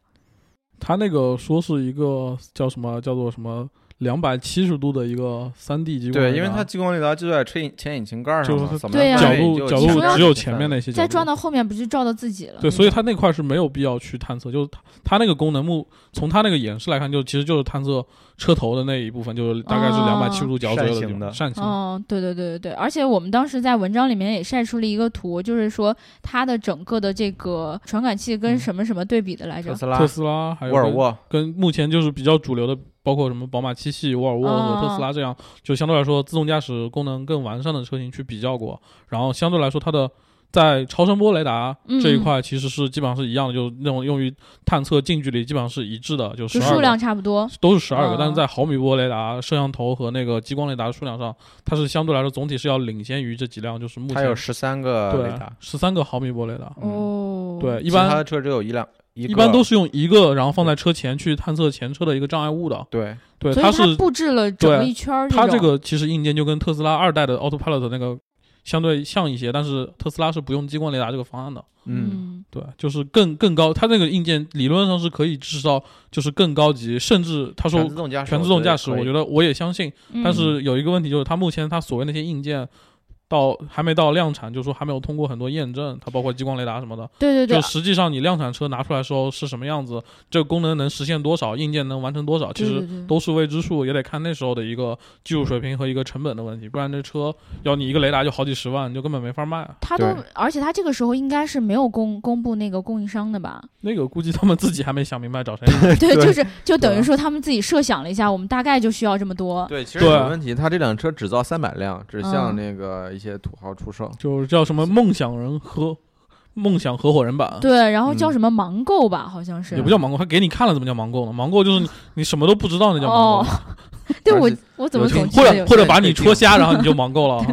[SPEAKER 3] 它那个说是一个叫什么叫做什么两百七十度的一个三 D 激光雷
[SPEAKER 4] 对，
[SPEAKER 3] 达，
[SPEAKER 4] 因为它激光雷达就在车引前引擎盖上
[SPEAKER 3] 就
[SPEAKER 4] 嘛，
[SPEAKER 3] 是
[SPEAKER 4] 怎么
[SPEAKER 2] 对呀
[SPEAKER 4] 样
[SPEAKER 3] 角
[SPEAKER 4] 拍也
[SPEAKER 3] 度
[SPEAKER 4] 就
[SPEAKER 3] 角
[SPEAKER 2] 你说
[SPEAKER 3] 度
[SPEAKER 2] 要
[SPEAKER 3] 只有前面那些角
[SPEAKER 2] 再
[SPEAKER 3] 度
[SPEAKER 2] 撞到后面不就照到自己了？
[SPEAKER 3] 对，所以
[SPEAKER 2] 那
[SPEAKER 3] 它那块是没有必要去探测，就是它它那个功能目从它那个演示来看，就其实就是探测车头的那一部分，就是大概是
[SPEAKER 2] 哦
[SPEAKER 3] 两百七十度角左右
[SPEAKER 4] 扇
[SPEAKER 3] 地
[SPEAKER 4] 形
[SPEAKER 3] 方
[SPEAKER 4] 的
[SPEAKER 3] 扇形
[SPEAKER 2] 种哦，对对对对对，而且我们当时在文章里面也晒出了一个图，就是说它的整个的这个传感器跟
[SPEAKER 3] 嗯
[SPEAKER 2] 什么什么对比的来着
[SPEAKER 4] 特？斯拉
[SPEAKER 3] 特、斯拉还有
[SPEAKER 4] 沃尔
[SPEAKER 3] 跟
[SPEAKER 4] 沃，
[SPEAKER 3] 跟目前就是比较主流的，包括什么宝马七系、沃尔沃
[SPEAKER 2] 啊
[SPEAKER 3] 和特斯拉这样，就相对来说自动驾驶功能更完善的车型去比较过，然后相对来说它的。在超声波雷达
[SPEAKER 2] 嗯
[SPEAKER 3] 这一块其实是基本上是一样的，就那种用于探测近距离基本上是一致的，
[SPEAKER 2] 就
[SPEAKER 3] 就十
[SPEAKER 2] 数
[SPEAKER 3] 二
[SPEAKER 2] 量差不多。
[SPEAKER 3] 都是十二
[SPEAKER 2] 哦
[SPEAKER 3] 个，但是在毫米波雷达、摄像头和那个激光雷达的数量上，它是相对来说总体是要领先于这几辆，就是目
[SPEAKER 4] 它有
[SPEAKER 3] 前
[SPEAKER 4] 十三个雷
[SPEAKER 3] 对
[SPEAKER 4] 达，
[SPEAKER 3] 十三个毫米波雷达，
[SPEAKER 4] 嗯，
[SPEAKER 2] 哦，
[SPEAKER 3] 对，一
[SPEAKER 4] 其他
[SPEAKER 3] 般
[SPEAKER 4] 的车只有一辆，一
[SPEAKER 3] 一般
[SPEAKER 4] 个
[SPEAKER 3] 都是用一个，然后放在车前去探测前车的一个障碍物的，
[SPEAKER 4] 对，
[SPEAKER 3] 对，
[SPEAKER 2] 所以它
[SPEAKER 3] 是
[SPEAKER 2] 布置了整个
[SPEAKER 3] 对
[SPEAKER 2] 一圈儿种。
[SPEAKER 3] 它这个其实硬件就跟特斯拉二代的 Autopilot 那个相对像一些，但是特斯拉是不用激光雷达这个方案的。
[SPEAKER 4] 嗯，
[SPEAKER 2] 嗯，
[SPEAKER 3] 对，就是更更高，它那个硬件理论上是可以至少就是更高级，甚至他说
[SPEAKER 4] 全自动驾驶，
[SPEAKER 3] 全自动驾驶，
[SPEAKER 4] 我
[SPEAKER 3] 我
[SPEAKER 4] 觉
[SPEAKER 3] 觉
[SPEAKER 4] 得
[SPEAKER 3] 得我也相信，
[SPEAKER 2] 嗯
[SPEAKER 3] 但是有一个问题就是它目前它所谓那些硬件。到还没到量产，就说还没有通过很多验证，它包括激光雷达什么的。
[SPEAKER 2] 对对对
[SPEAKER 3] 就，实际上你量产车拿出来的时候是什么样子，这个功能能实现多少，硬件能完成多少，其
[SPEAKER 2] 对
[SPEAKER 3] 实
[SPEAKER 2] 对对
[SPEAKER 3] 都是未知数，也得看那时候的一个技术水平和一个成本的问题。不然这车要你一个雷达就好几十万，你就根本没法卖。啊
[SPEAKER 2] 他都
[SPEAKER 4] 对，
[SPEAKER 2] 而且他这个时候应该是没有公公布那个供应商的 吧？
[SPEAKER 3] 那个估计他们自己还没想明白找谁。
[SPEAKER 2] 对，
[SPEAKER 4] 对
[SPEAKER 2] 就是就等于
[SPEAKER 3] 对
[SPEAKER 2] 说他们自己设想了一下，我们大概就需要这么多。
[SPEAKER 4] 对，其
[SPEAKER 3] 实对有
[SPEAKER 4] 问题，它这辆车只造三百辆，只
[SPEAKER 2] 向嗯
[SPEAKER 4] 向那个一些土豪出售。
[SPEAKER 3] 就是叫什么梦想人合梦想合伙人版，啊
[SPEAKER 2] 对，然后叫
[SPEAKER 4] 嗯
[SPEAKER 2] 什么盲购吧，好像是
[SPEAKER 3] 也不叫盲购，他给你看了怎么叫盲购呢？盲购就是你你什么都不知道，那叫盲
[SPEAKER 2] 哦
[SPEAKER 3] 购，。
[SPEAKER 2] 对
[SPEAKER 4] 而
[SPEAKER 2] 我
[SPEAKER 4] 且
[SPEAKER 2] 我怎么
[SPEAKER 4] 有
[SPEAKER 2] 总
[SPEAKER 4] 听
[SPEAKER 2] 记
[SPEAKER 3] 或
[SPEAKER 2] 得有
[SPEAKER 3] 者或
[SPEAKER 2] 这
[SPEAKER 3] 者
[SPEAKER 2] 个
[SPEAKER 3] 把你戳瞎，然后你就盲购了。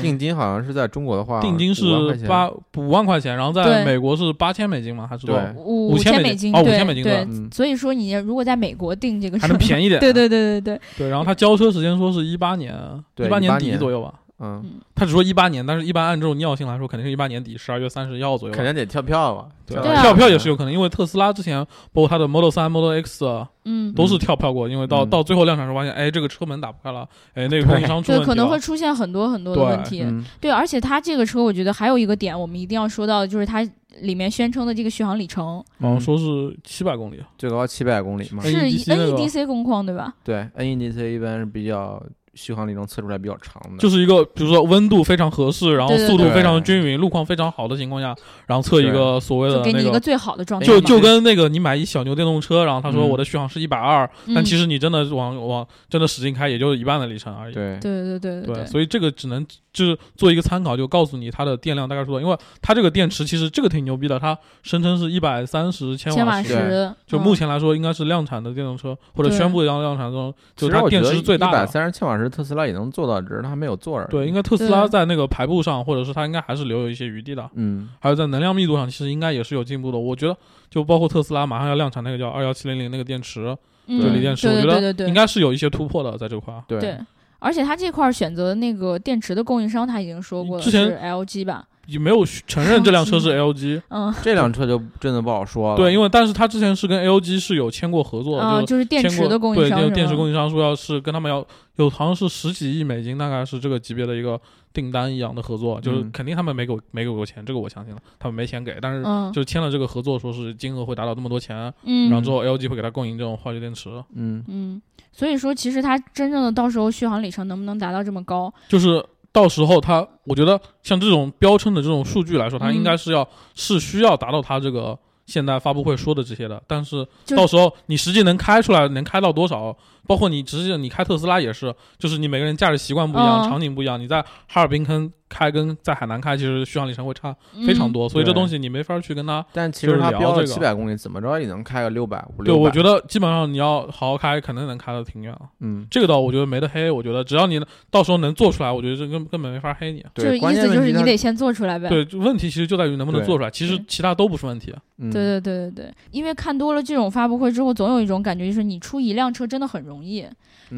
[SPEAKER 4] 定金好像是在中国的话，
[SPEAKER 3] 嗯定金
[SPEAKER 4] 啊5万块
[SPEAKER 3] 是
[SPEAKER 4] 钱
[SPEAKER 3] 八五万块钱，然后
[SPEAKER 2] 对
[SPEAKER 3] 在美国是八千美金嘛，还是多少？
[SPEAKER 4] 对
[SPEAKER 2] 五
[SPEAKER 3] 五千
[SPEAKER 2] 千
[SPEAKER 3] 美
[SPEAKER 2] 金
[SPEAKER 3] 金哦五
[SPEAKER 2] 对
[SPEAKER 3] 千美金
[SPEAKER 2] 对
[SPEAKER 3] 对，
[SPEAKER 4] 嗯
[SPEAKER 2] 所以说你如果在美国订这个
[SPEAKER 3] 还能
[SPEAKER 2] 车
[SPEAKER 3] 便宜点。啊
[SPEAKER 2] 对对对对对，
[SPEAKER 3] 对，然后他交车时间说是一八年，
[SPEAKER 4] 对
[SPEAKER 3] 八
[SPEAKER 4] 18
[SPEAKER 3] 底
[SPEAKER 4] 年
[SPEAKER 3] 左右吧。
[SPEAKER 4] 嗯，
[SPEAKER 3] 他只说一八年，但是一般按这种尿性来说，肯定是一八年底，十二月三十一号左右吧。
[SPEAKER 4] 肯定得跳票啊，
[SPEAKER 3] 对
[SPEAKER 2] 对啊
[SPEAKER 3] 跳票也是有可能，因为特斯拉之前包括它的 Model 3、Model X 啊
[SPEAKER 2] 嗯，
[SPEAKER 3] 都是跳票过，因为到
[SPEAKER 4] 嗯
[SPEAKER 3] 到最后量产时候发现，哎，这个车门打不开了，哎，那个供应商出
[SPEAKER 2] 对，
[SPEAKER 3] 问题
[SPEAKER 2] 可能会
[SPEAKER 3] 了。
[SPEAKER 2] 出现很多很多的
[SPEAKER 3] 对
[SPEAKER 2] 问题。
[SPEAKER 4] 嗯，
[SPEAKER 2] 对，而且它这个车，我觉得还有一个点，我们一定要说到，就是它里面宣称的这个续航里程
[SPEAKER 3] 好像
[SPEAKER 4] 嗯
[SPEAKER 3] 说是七百公里，啊
[SPEAKER 4] 最高七百公里嘛
[SPEAKER 3] 哎。
[SPEAKER 2] 是
[SPEAKER 3] NEDC 那个
[SPEAKER 2] NEDC 工况，对吧？
[SPEAKER 4] 对，NEDC 一般是比较续航里程测出来比较长的，
[SPEAKER 3] 就是是一个比如说温度非常合适，然后
[SPEAKER 2] 对对
[SPEAKER 3] 速度
[SPEAKER 4] 对
[SPEAKER 3] 非常均匀，路况非常好的情况下，然后测一个所谓的
[SPEAKER 2] 就给你一
[SPEAKER 3] 那
[SPEAKER 2] 个
[SPEAKER 3] 个。
[SPEAKER 2] 最好的状态嘛。
[SPEAKER 3] 就就跟那个你买一小牛电动车，然后他说
[SPEAKER 4] 嗯
[SPEAKER 3] 我的续航是一百二，
[SPEAKER 2] 嗯，
[SPEAKER 3] 但其实你真的往往真的使劲开，也就一半的里程而已。
[SPEAKER 4] 对
[SPEAKER 2] 对对对
[SPEAKER 3] 对
[SPEAKER 2] 对，
[SPEAKER 3] 所以这个只能就是做一个参考，就告诉你它的电量大概是多少。因为它这个电池其实这个挺牛逼的，它声称是一百三十千
[SPEAKER 2] 千
[SPEAKER 3] 瓦
[SPEAKER 2] 时
[SPEAKER 3] 时。
[SPEAKER 4] 对，
[SPEAKER 3] 就
[SPEAKER 2] 嗯
[SPEAKER 3] 目前来说，应该是量产的电动车，或者
[SPEAKER 2] 对
[SPEAKER 3] 宣布要量产的中，
[SPEAKER 4] 其
[SPEAKER 3] 就
[SPEAKER 4] 实
[SPEAKER 3] 它
[SPEAKER 4] 我觉
[SPEAKER 3] 电池
[SPEAKER 4] 得
[SPEAKER 3] 是最
[SPEAKER 4] 一
[SPEAKER 3] 大
[SPEAKER 4] 百
[SPEAKER 3] 的。
[SPEAKER 4] 三十千瓦时特斯拉也能做到，只是它还没有做而已。
[SPEAKER 3] 对，应该特斯拉
[SPEAKER 2] 对
[SPEAKER 3] 在那个排布上，或者是它应该还是留有一些余地的。
[SPEAKER 4] 嗯，
[SPEAKER 3] 还有在能量密度上，其实应该也是有进步的。我觉得，就包括特斯拉马上要量产那个叫二幺七零零那个电池，
[SPEAKER 2] 嗯
[SPEAKER 3] 就
[SPEAKER 4] 对
[SPEAKER 3] 锂电池，我
[SPEAKER 2] 对
[SPEAKER 3] 觉
[SPEAKER 2] 对
[SPEAKER 3] 得
[SPEAKER 2] 对对，
[SPEAKER 3] 应该是有一些突破的在这块。
[SPEAKER 4] 对
[SPEAKER 2] 对。而且它这块儿选择那个电池的供应商，他已经说过了，
[SPEAKER 3] 之前
[SPEAKER 2] 是 LG 吧？
[SPEAKER 3] 也没有承认这辆车是 LG，
[SPEAKER 2] 嗯，
[SPEAKER 4] 这辆车就真的不好说了。
[SPEAKER 3] 对，因
[SPEAKER 4] 为
[SPEAKER 3] 为但是它之前是跟 LG 是有签过合作的，
[SPEAKER 2] 啊，
[SPEAKER 3] 就是
[SPEAKER 2] 就是电
[SPEAKER 3] 签
[SPEAKER 2] 池
[SPEAKER 3] 过
[SPEAKER 2] 的供应商
[SPEAKER 3] 对，
[SPEAKER 2] 是
[SPEAKER 3] 电电池供
[SPEAKER 2] 应
[SPEAKER 3] 应商说要是跟他们要有好像是十几亿美金，大概是这个级别的一个订单一样的合作，就是
[SPEAKER 4] 嗯
[SPEAKER 3] 肯定他们没给我没给我钱，这个我相信了，他们没钱给，但是
[SPEAKER 2] 嗯
[SPEAKER 3] 就签了这个合作，说是金额会达到这么多钱，
[SPEAKER 2] 嗯，
[SPEAKER 3] 然后之后 LG 会给他供应这种化学电池，
[SPEAKER 4] 嗯，
[SPEAKER 2] 嗯，所以说其实它真正的到时候续航里程能不能达到这么高？
[SPEAKER 3] 就是。到时候它，我觉得像这种标称的这种数据来说，它
[SPEAKER 2] 嗯
[SPEAKER 3] 应该是要是需要达到它这个现在发布会说的这些的，但是
[SPEAKER 2] 就
[SPEAKER 3] 到时候你实际能开出来，能开到多少？包括你直接你开特斯拉也是，就是你每个人驾驶习惯不一样，
[SPEAKER 2] 嗯
[SPEAKER 3] 场景不一样。你在哈尔滨坑开跟在海南开，其实续航里程会差非常
[SPEAKER 2] 嗯。
[SPEAKER 3] 多，所以这
[SPEAKER 4] 对
[SPEAKER 3] 东西你没法去跟它。
[SPEAKER 4] 但其
[SPEAKER 3] 就
[SPEAKER 4] 实
[SPEAKER 3] 是
[SPEAKER 4] 它
[SPEAKER 3] 聊
[SPEAKER 4] 标
[SPEAKER 3] 这
[SPEAKER 4] 了
[SPEAKER 3] 个
[SPEAKER 4] 七百公里，怎么着也能开个六百五
[SPEAKER 3] 对，
[SPEAKER 4] 六百。
[SPEAKER 3] 我觉得基本上你要好好开，肯定能开得挺远了。
[SPEAKER 4] 嗯，
[SPEAKER 3] 这个倒我觉得没得黑，我觉得只要你到时候能做出来，我觉得这根根本没法黑你。啊
[SPEAKER 2] 就是
[SPEAKER 4] 对，
[SPEAKER 2] 意
[SPEAKER 4] 关键
[SPEAKER 2] 思
[SPEAKER 4] 问
[SPEAKER 2] 就是
[SPEAKER 4] 题
[SPEAKER 2] 你
[SPEAKER 4] 它
[SPEAKER 2] 得先做出来呗。
[SPEAKER 3] 对，就问题其实就在于能不能
[SPEAKER 4] 对
[SPEAKER 3] 做出来，其实
[SPEAKER 2] 对
[SPEAKER 3] 其他都不是问题。啊
[SPEAKER 4] 嗯
[SPEAKER 2] 对对对对对，因为看多了这种发布会之后，总有一种感觉，就是你出一辆车真的很容易。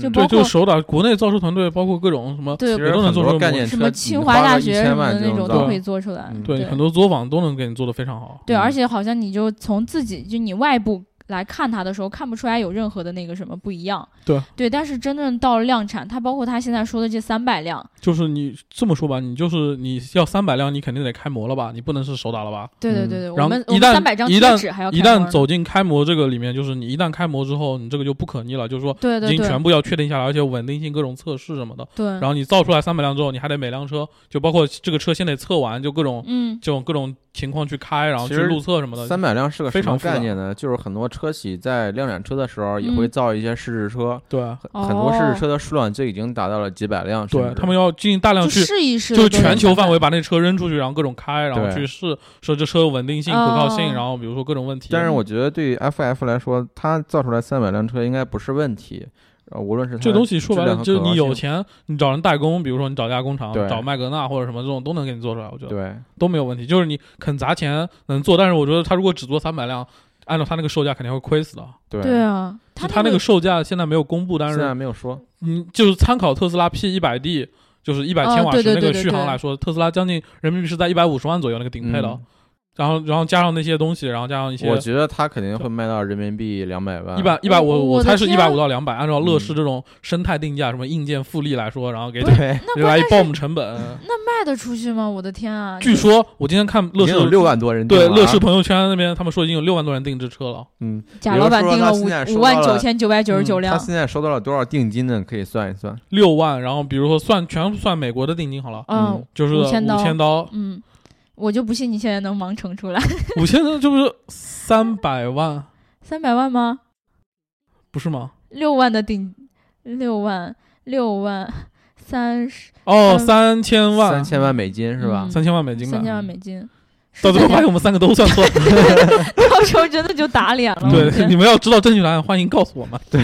[SPEAKER 2] 就
[SPEAKER 4] 嗯
[SPEAKER 2] 包括
[SPEAKER 3] 对，就手打国内造车团队，包括各种什么，
[SPEAKER 2] 对
[SPEAKER 4] 其，实
[SPEAKER 3] 都能
[SPEAKER 4] 很
[SPEAKER 3] 做
[SPEAKER 4] 多
[SPEAKER 3] 出
[SPEAKER 4] 概
[SPEAKER 3] 模
[SPEAKER 4] 念
[SPEAKER 2] 什
[SPEAKER 4] 车
[SPEAKER 2] 么清华大学什
[SPEAKER 4] 什
[SPEAKER 2] 么的那种
[SPEAKER 3] 造
[SPEAKER 2] 都
[SPEAKER 3] 了
[SPEAKER 2] 可以做出来。
[SPEAKER 4] 嗯
[SPEAKER 3] 对
[SPEAKER 2] 对
[SPEAKER 3] 很多作坊都能给你做得非常好。
[SPEAKER 2] 对，啊
[SPEAKER 4] 嗯
[SPEAKER 2] 而且好像你就从自己就你外部来看它的时候，看不出来有任何的那个什么不一样。
[SPEAKER 3] 对
[SPEAKER 2] 对，但是真正到了量产，它包括它现在说的这三百辆，
[SPEAKER 3] 就是你这么说吧，你就是你要三百辆，你肯定得开模了吧？你不能是手打了吧？
[SPEAKER 2] 对对
[SPEAKER 4] 嗯
[SPEAKER 2] 对对，我
[SPEAKER 3] 然后
[SPEAKER 2] 们我
[SPEAKER 3] 一
[SPEAKER 2] 们
[SPEAKER 3] 旦
[SPEAKER 2] 三百张
[SPEAKER 3] 一
[SPEAKER 2] 贴
[SPEAKER 3] 旦
[SPEAKER 2] 纸还要
[SPEAKER 3] 一
[SPEAKER 2] 开门
[SPEAKER 3] 旦
[SPEAKER 2] 呢，
[SPEAKER 3] 走进开模这个里面，就是你一旦开模之后，你这个就不可逆了，就是说
[SPEAKER 2] 对
[SPEAKER 3] 已
[SPEAKER 2] 对
[SPEAKER 3] 经
[SPEAKER 2] 对嗯
[SPEAKER 3] 全部要确定下来，而且稳定性各种测试什么的。
[SPEAKER 2] 对，
[SPEAKER 3] 然后你造出来三百辆之后，你还得每辆车，就包括这个车先得测完，就各种
[SPEAKER 2] 嗯
[SPEAKER 3] 这种各种情况去开，然后
[SPEAKER 4] 其
[SPEAKER 3] 去
[SPEAKER 4] 实
[SPEAKER 3] 路测什么的。
[SPEAKER 4] 三百辆是个
[SPEAKER 3] 非
[SPEAKER 4] 什么
[SPEAKER 3] 常复杂
[SPEAKER 4] 概念呢？就是很多车企在量产车的时候也
[SPEAKER 2] 嗯
[SPEAKER 4] 会造一些试制车，
[SPEAKER 3] 对啊
[SPEAKER 4] 很很多试
[SPEAKER 2] 哦
[SPEAKER 4] 制车的数量就已经达到了几百辆。甚
[SPEAKER 3] 对，
[SPEAKER 4] 至
[SPEAKER 3] 他们要进行大量
[SPEAKER 2] 就
[SPEAKER 3] 去。
[SPEAKER 2] 试一试
[SPEAKER 3] 嗯就
[SPEAKER 2] 的
[SPEAKER 3] 是
[SPEAKER 2] 都有
[SPEAKER 3] 全球
[SPEAKER 2] 成
[SPEAKER 3] 范
[SPEAKER 2] 本
[SPEAKER 3] 围把那车扔出去，然后各种开，然后
[SPEAKER 4] 对
[SPEAKER 3] 去试，说这车有稳定性、可靠性，
[SPEAKER 2] 哦
[SPEAKER 3] 然后比如说各种问题。
[SPEAKER 4] 但是
[SPEAKER 2] 嗯
[SPEAKER 4] 我觉得对于 FF 来说，它造出来三百辆车应该不是问题，呃，无论是它
[SPEAKER 3] 这东西说白
[SPEAKER 4] 质量
[SPEAKER 3] 了
[SPEAKER 4] 和
[SPEAKER 3] 就是
[SPEAKER 4] 可靠
[SPEAKER 3] 你有
[SPEAKER 4] 性
[SPEAKER 3] 钱，你找人代工，比如说你找一家工厂，
[SPEAKER 4] 对
[SPEAKER 3] 找麦格纳或者什么这种都能给你做出来，我觉得
[SPEAKER 4] 对
[SPEAKER 3] 都没有问题。就是你肯砸钱能做，但是我觉得他如果只做三百辆，按照他那个售价肯定会亏死的。
[SPEAKER 4] 对
[SPEAKER 2] 对啊，
[SPEAKER 3] 就
[SPEAKER 2] 它
[SPEAKER 3] 他那个售价现在没有公布，但
[SPEAKER 4] 现在
[SPEAKER 3] 是
[SPEAKER 4] 没有说，
[SPEAKER 3] 你嗯就是参考特斯拉 P 一百 D，就是一百
[SPEAKER 2] 哦
[SPEAKER 3] 千瓦
[SPEAKER 2] 对
[SPEAKER 3] 时
[SPEAKER 2] 对
[SPEAKER 3] 那
[SPEAKER 2] 对
[SPEAKER 3] 个
[SPEAKER 2] 对
[SPEAKER 3] 续航
[SPEAKER 2] 对
[SPEAKER 3] 来说，特斯拉将近人民币是在一百五十万左右那个顶配的
[SPEAKER 4] 嗯，
[SPEAKER 3] 然后然后加上那些东西，然后加上一些
[SPEAKER 4] 我觉得它肯定会卖到人民币两百万，
[SPEAKER 3] 一百一百，
[SPEAKER 2] 我
[SPEAKER 3] 我
[SPEAKER 2] 我的
[SPEAKER 3] 猜是一
[SPEAKER 2] 天
[SPEAKER 3] 百五到两百，按照乐视
[SPEAKER 4] 嗯
[SPEAKER 3] 这种生态定价，什么硬件复利来说，然后给
[SPEAKER 2] 不
[SPEAKER 4] 对，
[SPEAKER 2] 那
[SPEAKER 3] 来一
[SPEAKER 2] 关键是
[SPEAKER 3] BOM 成本。
[SPEAKER 2] 卖得出去吗？我的天啊！
[SPEAKER 3] 据说我今天看乐
[SPEAKER 4] 已
[SPEAKER 3] 视
[SPEAKER 4] 经有六万多人订
[SPEAKER 3] 对
[SPEAKER 4] 了啊
[SPEAKER 3] 乐视朋友圈那边，他们说已经有六万多人订制车了。
[SPEAKER 4] 嗯，
[SPEAKER 2] 贾老板
[SPEAKER 4] 比如
[SPEAKER 2] 定
[SPEAKER 4] 说
[SPEAKER 2] 了
[SPEAKER 4] 他
[SPEAKER 2] 五
[SPEAKER 4] 现在收
[SPEAKER 2] 五
[SPEAKER 4] 到
[SPEAKER 2] 万九
[SPEAKER 4] 了
[SPEAKER 2] 千九百九十
[SPEAKER 3] 嗯
[SPEAKER 2] 九辆
[SPEAKER 4] 他，现在收到了多少定金呢？可以算一算，
[SPEAKER 3] 六万，然后比如说算全算美国的定金好了，
[SPEAKER 2] 嗯
[SPEAKER 3] 就是
[SPEAKER 2] 五
[SPEAKER 3] 五
[SPEAKER 2] 千刀
[SPEAKER 3] 千刀，
[SPEAKER 2] 嗯，我就不信你现在能盲乘出来
[SPEAKER 3] 五千刀就是三百万，
[SPEAKER 2] 三百万吗？
[SPEAKER 3] 不是吗？
[SPEAKER 2] 六万的顶，六万六万三十
[SPEAKER 3] 哦，
[SPEAKER 2] 嗯
[SPEAKER 3] 三千万，
[SPEAKER 4] 三千万美金是吧
[SPEAKER 2] 嗯？
[SPEAKER 3] 三千万美金吧啊
[SPEAKER 2] 三。千万美金，
[SPEAKER 3] 到最后发
[SPEAKER 2] 13
[SPEAKER 3] 现我们三个都算 错了。
[SPEAKER 2] 到时候真的就打脸了。我觉
[SPEAKER 3] 对，
[SPEAKER 2] 得
[SPEAKER 3] 你们要知道正确答案，欢迎告诉我们。
[SPEAKER 4] 对，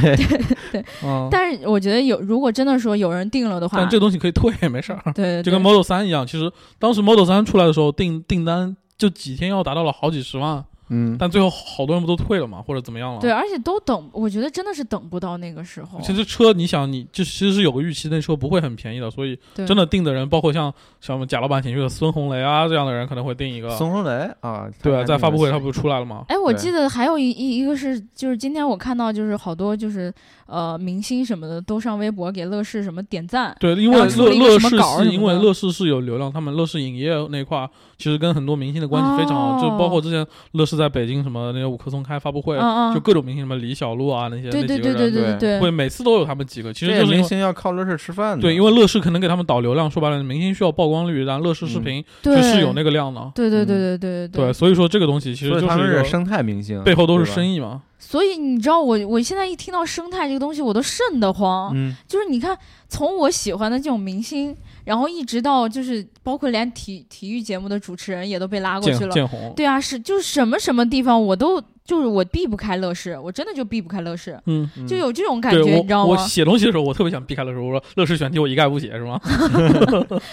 [SPEAKER 3] 嗯，
[SPEAKER 2] 但是我觉得有，如果真的说有人定了的话，
[SPEAKER 3] 但这东西可以退，没事儿。
[SPEAKER 2] 对对
[SPEAKER 3] 就跟 Model 3一样，其实当时 Model 3出来的时候，订订单就几天要达到了好几十万，
[SPEAKER 4] 嗯，
[SPEAKER 3] 但最后好多人不都退了嘛，或者怎么样了？
[SPEAKER 2] 对，。啊而且都等，我觉得真的是等不到那个时候。
[SPEAKER 3] 其实车，你想，你就其实是有个预期，那车不会很便宜的，所以
[SPEAKER 2] 对
[SPEAKER 3] 真的订的人，包括像像我们贾老板请去的孙红雷啊这样的人，可能会订一个。
[SPEAKER 4] 孙红雷啊，
[SPEAKER 3] 对啊，在发布会他
[SPEAKER 4] 不
[SPEAKER 3] 不是出来了吗？
[SPEAKER 2] 哎，我
[SPEAKER 4] 对
[SPEAKER 2] 记得还有一一一个是，就是今天我看到就是好多就是呃明星什么的都上微博给乐视什么点赞，
[SPEAKER 3] 对，因为
[SPEAKER 2] 然后出
[SPEAKER 3] 乐
[SPEAKER 2] 了一个
[SPEAKER 3] 乐
[SPEAKER 2] 什么
[SPEAKER 3] 视
[SPEAKER 2] 稿儿
[SPEAKER 3] 是
[SPEAKER 2] 什
[SPEAKER 3] 因
[SPEAKER 2] 么
[SPEAKER 3] 为
[SPEAKER 2] 的
[SPEAKER 3] 乐视是有流量，他们乐视影业那块儿其实跟很多明星的关系非常好，就
[SPEAKER 2] 哦
[SPEAKER 3] 包括之前乐视在北京什么那个五棵松开发布会，
[SPEAKER 2] 嗯嗯
[SPEAKER 3] 就各种明星什么李小璐啊那些
[SPEAKER 2] 对对
[SPEAKER 3] 那几
[SPEAKER 2] 对
[SPEAKER 3] 个人
[SPEAKER 2] 对对
[SPEAKER 4] 对
[SPEAKER 2] 对
[SPEAKER 3] 会，每次都有他们几个，其
[SPEAKER 4] 这
[SPEAKER 3] 实
[SPEAKER 4] 些
[SPEAKER 3] 就是因
[SPEAKER 4] 明
[SPEAKER 3] 为
[SPEAKER 4] 星要靠乐视吃饭的，
[SPEAKER 3] 对，因为乐视可能给他们导流量，说白了，明星需要曝光率，但乐视视频就是有那个量的，
[SPEAKER 2] 对对对对
[SPEAKER 4] 嗯
[SPEAKER 2] 对嗯对
[SPEAKER 3] 对，所啊以说这个东西其实
[SPEAKER 4] 所以
[SPEAKER 3] 就
[SPEAKER 4] 他们
[SPEAKER 3] 一
[SPEAKER 4] 是
[SPEAKER 3] 个
[SPEAKER 4] 生态明星，
[SPEAKER 3] 背后都是
[SPEAKER 4] 对吧
[SPEAKER 3] 生意嘛，
[SPEAKER 2] 所以你知道我我现在一听到生态这个东西，我都瘆得慌。
[SPEAKER 4] 嗯，
[SPEAKER 2] 就是你看，从我喜欢的这种明星，然后一直到就是包括连体体育节目的主持人也都被拉过去
[SPEAKER 3] 见
[SPEAKER 2] 了。
[SPEAKER 3] 见红，
[SPEAKER 2] 对啊，是就是什么什么地方我都就是我避不开乐视，我真的就避不开乐视，
[SPEAKER 3] 嗯。
[SPEAKER 4] 嗯
[SPEAKER 2] 就有这种感
[SPEAKER 3] 对
[SPEAKER 2] 觉，你知道
[SPEAKER 3] 我， 我
[SPEAKER 2] 吗？
[SPEAKER 3] 写东西的时候，我特别想避开乐视。我说乐视选题我一概不写，是吗？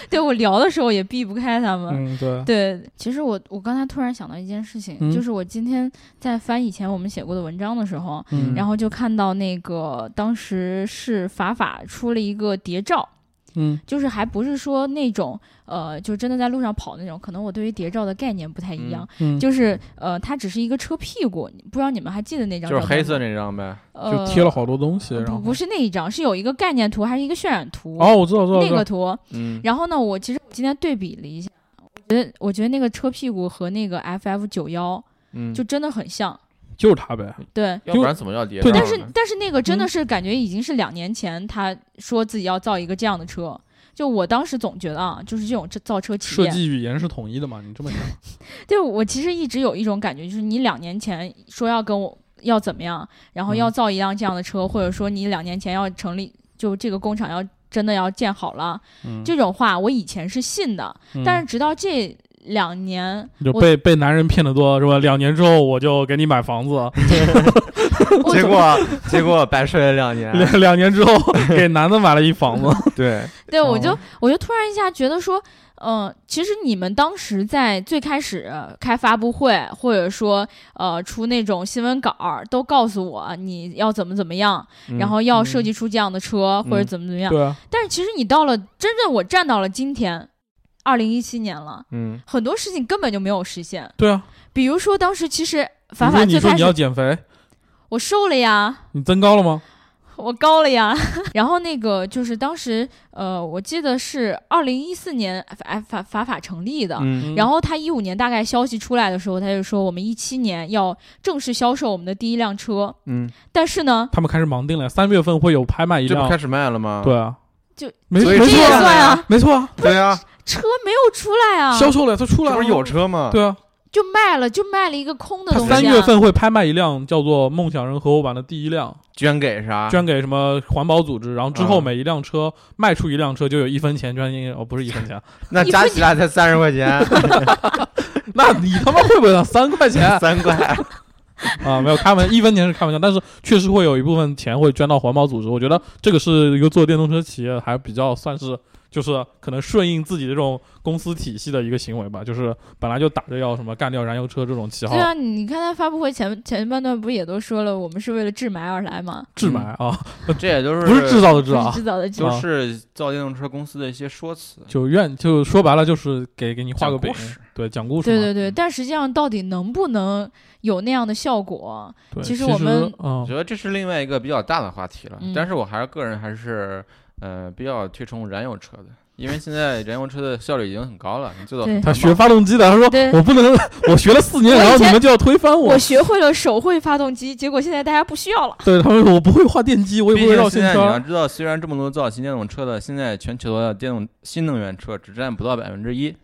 [SPEAKER 2] 对我聊的时候也避不开他们。
[SPEAKER 3] 嗯，对，
[SPEAKER 2] 对，其实我我刚才突然想到一件事情，
[SPEAKER 3] 嗯
[SPEAKER 2] 就是我今天在翻以前我们写过的文章的时候，
[SPEAKER 3] 嗯，
[SPEAKER 2] 然后就看到那个当时是法法出了一个谍照，
[SPEAKER 3] 嗯，
[SPEAKER 2] 就是还不是说那种呃，就真的在路上跑那种。可能我对于谍照的概念不太一样，
[SPEAKER 3] 嗯
[SPEAKER 2] 就是呃，它只是一个车屁股，不知道你们还记得那张
[SPEAKER 4] 就
[SPEAKER 2] 照
[SPEAKER 4] 是
[SPEAKER 2] 片
[SPEAKER 4] 黑色
[SPEAKER 2] 吗，
[SPEAKER 4] 那张呗，
[SPEAKER 2] 呃、
[SPEAKER 3] 就贴了好多东西，然
[SPEAKER 2] 不
[SPEAKER 3] 后
[SPEAKER 2] 不是那一张，是有一个概念图，还是一个渲染图？
[SPEAKER 3] 哦，我知道，知道，
[SPEAKER 2] 那
[SPEAKER 3] 知
[SPEAKER 2] 个
[SPEAKER 3] 道，
[SPEAKER 2] 图，
[SPEAKER 4] 嗯，
[SPEAKER 2] 然后呢，我其实我今天对比了一下，我觉得我觉得那个车屁股和那个 FF 九幺
[SPEAKER 4] 嗯，
[SPEAKER 2] 就真的很像，
[SPEAKER 3] 就是他呗。
[SPEAKER 2] 对，
[SPEAKER 4] 要不然怎么叫谍照
[SPEAKER 3] 对
[SPEAKER 4] 呢？
[SPEAKER 2] 但是但是那个真的
[SPEAKER 3] 嗯
[SPEAKER 2] 是感觉已经是两年前他说自己要造一个这样的车，就我当时总觉得啊，就是这种这造车企
[SPEAKER 3] 设
[SPEAKER 2] 业，
[SPEAKER 3] 计语言是统一的嘛？你 这么想，
[SPEAKER 2] 对我其实一直有一种感觉，就是你两年前说要跟我要怎么样，然后
[SPEAKER 3] 嗯
[SPEAKER 2] 要造一辆这样的车，或者说你两年前要成立就这个工厂要真的要建好了，
[SPEAKER 3] 嗯，
[SPEAKER 2] 这种话我以前是信的，
[SPEAKER 3] 嗯
[SPEAKER 2] 但是直到这两年，
[SPEAKER 3] 就
[SPEAKER 2] 我
[SPEAKER 3] 被被男人骗的多是吧？两年之后我就给你买房子，
[SPEAKER 2] 我
[SPEAKER 4] 结
[SPEAKER 2] 总
[SPEAKER 4] 果结果白睡了两
[SPEAKER 2] 哎
[SPEAKER 4] 年，
[SPEAKER 3] 两两年之后给男的买了 一房子。
[SPEAKER 4] 对，
[SPEAKER 2] 对，我就
[SPEAKER 3] 哦
[SPEAKER 2] 我就突然一下觉得说，嗯、其实你们当时在最开始开发布会，或者说呃出那种新闻稿儿，都告诉我你要怎么怎么样，
[SPEAKER 3] 嗯
[SPEAKER 2] 然后要设计出这样的车、或者
[SPEAKER 4] 嗯
[SPEAKER 2] 怎么怎么样。
[SPEAKER 3] 对啊，
[SPEAKER 2] 但是其实你到了真正我站到了今天，二零一七年了，
[SPEAKER 4] 嗯，
[SPEAKER 2] 很多事情根本就没有实现。
[SPEAKER 3] 对啊。
[SPEAKER 2] 比如说当时其实
[SPEAKER 3] 比如
[SPEAKER 2] 法
[SPEAKER 3] 说
[SPEAKER 2] 法
[SPEAKER 3] 你
[SPEAKER 2] 最
[SPEAKER 3] 说
[SPEAKER 2] 开
[SPEAKER 3] 你要
[SPEAKER 2] 始
[SPEAKER 3] 减肥，
[SPEAKER 2] 我瘦了呀，
[SPEAKER 3] 你增高了吗？
[SPEAKER 2] 我高了呀。然后那个就是当时，呃，我记得是二零一四年法法法法成立的。
[SPEAKER 4] 嗯
[SPEAKER 2] 然后他一五年大概消息出来的时候，他就说我们一七年要正式销售我们的第一辆车，
[SPEAKER 4] 嗯，
[SPEAKER 2] 但是呢，
[SPEAKER 3] 他们开始盲定了，三月份会有拍卖一
[SPEAKER 4] 这不
[SPEAKER 3] 辆
[SPEAKER 4] 开。始卖了吗？
[SPEAKER 3] 对啊，
[SPEAKER 2] 就
[SPEAKER 3] 没
[SPEAKER 4] 所以
[SPEAKER 3] 没
[SPEAKER 2] 这
[SPEAKER 3] 错
[SPEAKER 2] 也
[SPEAKER 4] 啊
[SPEAKER 2] 算啊，
[SPEAKER 3] 没错啊，
[SPEAKER 4] 对啊，
[SPEAKER 2] 车没有出来啊，
[SPEAKER 3] 销售了，它出来了，
[SPEAKER 4] 这不是有车吗？
[SPEAKER 3] 对啊，
[SPEAKER 2] 就卖了，就卖了一个空的
[SPEAKER 3] 他
[SPEAKER 2] 东西、啊。
[SPEAKER 3] 三月份会拍卖一辆叫做“梦想人合伙版”的第一辆，
[SPEAKER 4] 捐给啥？
[SPEAKER 2] 啊
[SPEAKER 3] 捐给什么环保组织，然后之后
[SPEAKER 4] 嗯
[SPEAKER 3] 每一辆车卖出一辆车就有一分钱捐给，哦，不是一分 钱，
[SPEAKER 4] 那加起来才三十 块钱，
[SPEAKER 3] 那你他妈会不会要三块钱
[SPEAKER 4] 三 块，
[SPEAKER 3] 啊？没有开玩笑，一分钱是开玩笑，但是确实会有一部分钱会捐到环保组织。我觉得这个是一个做电动车企业还比较算是就是可能顺应自己这种公司体系的一个行为吧，就是本来就打着要什么干掉燃油车这种旗号
[SPEAKER 2] 对，啊，你看他发布会前前半段不也都说了，我们是为了治霾而来吗？
[SPEAKER 3] 制买
[SPEAKER 2] 嗯
[SPEAKER 3] 啊，
[SPEAKER 4] 这也就是
[SPEAKER 3] 不是制造的制
[SPEAKER 2] 不是
[SPEAKER 3] 啊，
[SPEAKER 2] 制造的制
[SPEAKER 4] 就
[SPEAKER 3] 啊
[SPEAKER 4] 是造电动车公司的一些说辞。
[SPEAKER 3] 就愿就说白了就是给给你画个饼
[SPEAKER 4] 讲故事，
[SPEAKER 3] 对，讲故事
[SPEAKER 2] 对
[SPEAKER 3] 嘛。
[SPEAKER 2] 对对，但实际上到底能不能有那样的效果？
[SPEAKER 3] 对
[SPEAKER 2] 其
[SPEAKER 3] 其
[SPEAKER 2] 实我们
[SPEAKER 3] 啊
[SPEAKER 4] 我，觉得这是另外一个比较大的话题了，
[SPEAKER 2] 嗯
[SPEAKER 4] 但是我还是个人还是呃比较推崇燃油车的，因为现在燃油车的效率已经很高了，你最早
[SPEAKER 2] 对
[SPEAKER 3] 他学发动机的，他说
[SPEAKER 2] 哎对
[SPEAKER 3] 我不能， 我学了四年，
[SPEAKER 2] 我以
[SPEAKER 3] 然后你
[SPEAKER 2] 前
[SPEAKER 3] 们就要推翻我
[SPEAKER 2] 我。学会了手绘发动机，结果现在大家不需要了。
[SPEAKER 3] 对他们说我不会画电机，我也
[SPEAKER 4] 毕
[SPEAKER 3] 不会
[SPEAKER 4] 竟
[SPEAKER 3] 绕
[SPEAKER 4] 现
[SPEAKER 3] 线
[SPEAKER 4] 在
[SPEAKER 3] 圈
[SPEAKER 4] 你要
[SPEAKER 3] 儿。
[SPEAKER 4] 知道，虽然这么多造新电动车的，现在全球的电动新能源车只占不到百分之一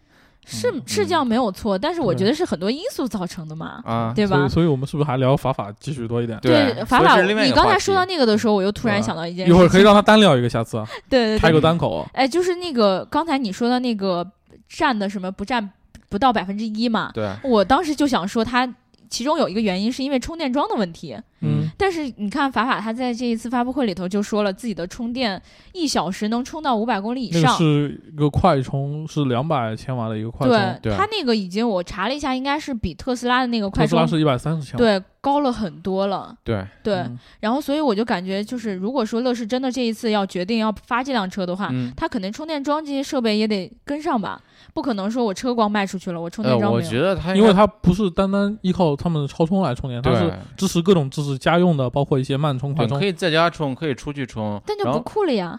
[SPEAKER 2] 是
[SPEAKER 4] 嗯
[SPEAKER 2] 是这样没有错，但是我
[SPEAKER 3] 对
[SPEAKER 2] 觉得是很多因素造成的嘛，
[SPEAKER 4] 啊。
[SPEAKER 2] 对
[SPEAKER 3] 所
[SPEAKER 2] 吧
[SPEAKER 3] 以，？所以我们是不是还聊法法继续多一点？
[SPEAKER 4] 对，啊
[SPEAKER 2] 法
[SPEAKER 4] 所以
[SPEAKER 2] 法，
[SPEAKER 4] 这是另外一
[SPEAKER 2] 你
[SPEAKER 4] 个
[SPEAKER 2] 刚
[SPEAKER 4] 话
[SPEAKER 2] 才
[SPEAKER 4] 题
[SPEAKER 2] 说到那个的时候，我又突然
[SPEAKER 3] 对吧
[SPEAKER 2] 想到一件事
[SPEAKER 3] 一
[SPEAKER 2] 情，
[SPEAKER 3] 会儿可以让他单聊一个，下次啊
[SPEAKER 2] 对对
[SPEAKER 3] 开
[SPEAKER 2] 对，
[SPEAKER 3] 个单口。啊
[SPEAKER 2] 哎，就是那个刚才你说的那个占的什么不占不到百分之一嘛，
[SPEAKER 4] 对，
[SPEAKER 2] 我当时就想说它。其中有一个原因是因为充电桩的问题，
[SPEAKER 3] 嗯，
[SPEAKER 2] 但是你看法法他在这一次发布会里头就说了自己的充电一小时能充到五百公里以
[SPEAKER 3] 那个
[SPEAKER 2] 上，
[SPEAKER 3] 是一个快充，是两百千瓦的一个快充。啊
[SPEAKER 2] 对
[SPEAKER 4] 对
[SPEAKER 2] 他那个已经我查了一下，应该是比特斯拉的那个快
[SPEAKER 3] 特斯拉
[SPEAKER 2] 充
[SPEAKER 3] 是一百三十千瓦。
[SPEAKER 2] 对高了很多了，
[SPEAKER 4] 对，
[SPEAKER 2] 对，
[SPEAKER 3] 嗯
[SPEAKER 2] 然后，所以我就感觉，就是如果说乐视真的这一次要决定要发这辆车的话，
[SPEAKER 4] 嗯，
[SPEAKER 2] 它可能充电桩这些设备也得跟上吧，不可能说我车光卖出去了，我充
[SPEAKER 4] 呃，
[SPEAKER 2] 电桩
[SPEAKER 4] 我
[SPEAKER 2] 没有。
[SPEAKER 4] 觉得它应
[SPEAKER 3] 因为
[SPEAKER 4] 该
[SPEAKER 3] 它不是单单依靠他们的超充来充电，它是
[SPEAKER 4] 对
[SPEAKER 3] 支持各种支持家用的，包括一些慢充、快
[SPEAKER 4] 对，
[SPEAKER 3] 充
[SPEAKER 4] 可。以在家充，可以出去充，
[SPEAKER 2] 但就
[SPEAKER 4] 然
[SPEAKER 2] 不
[SPEAKER 4] 后
[SPEAKER 2] 酷了呀，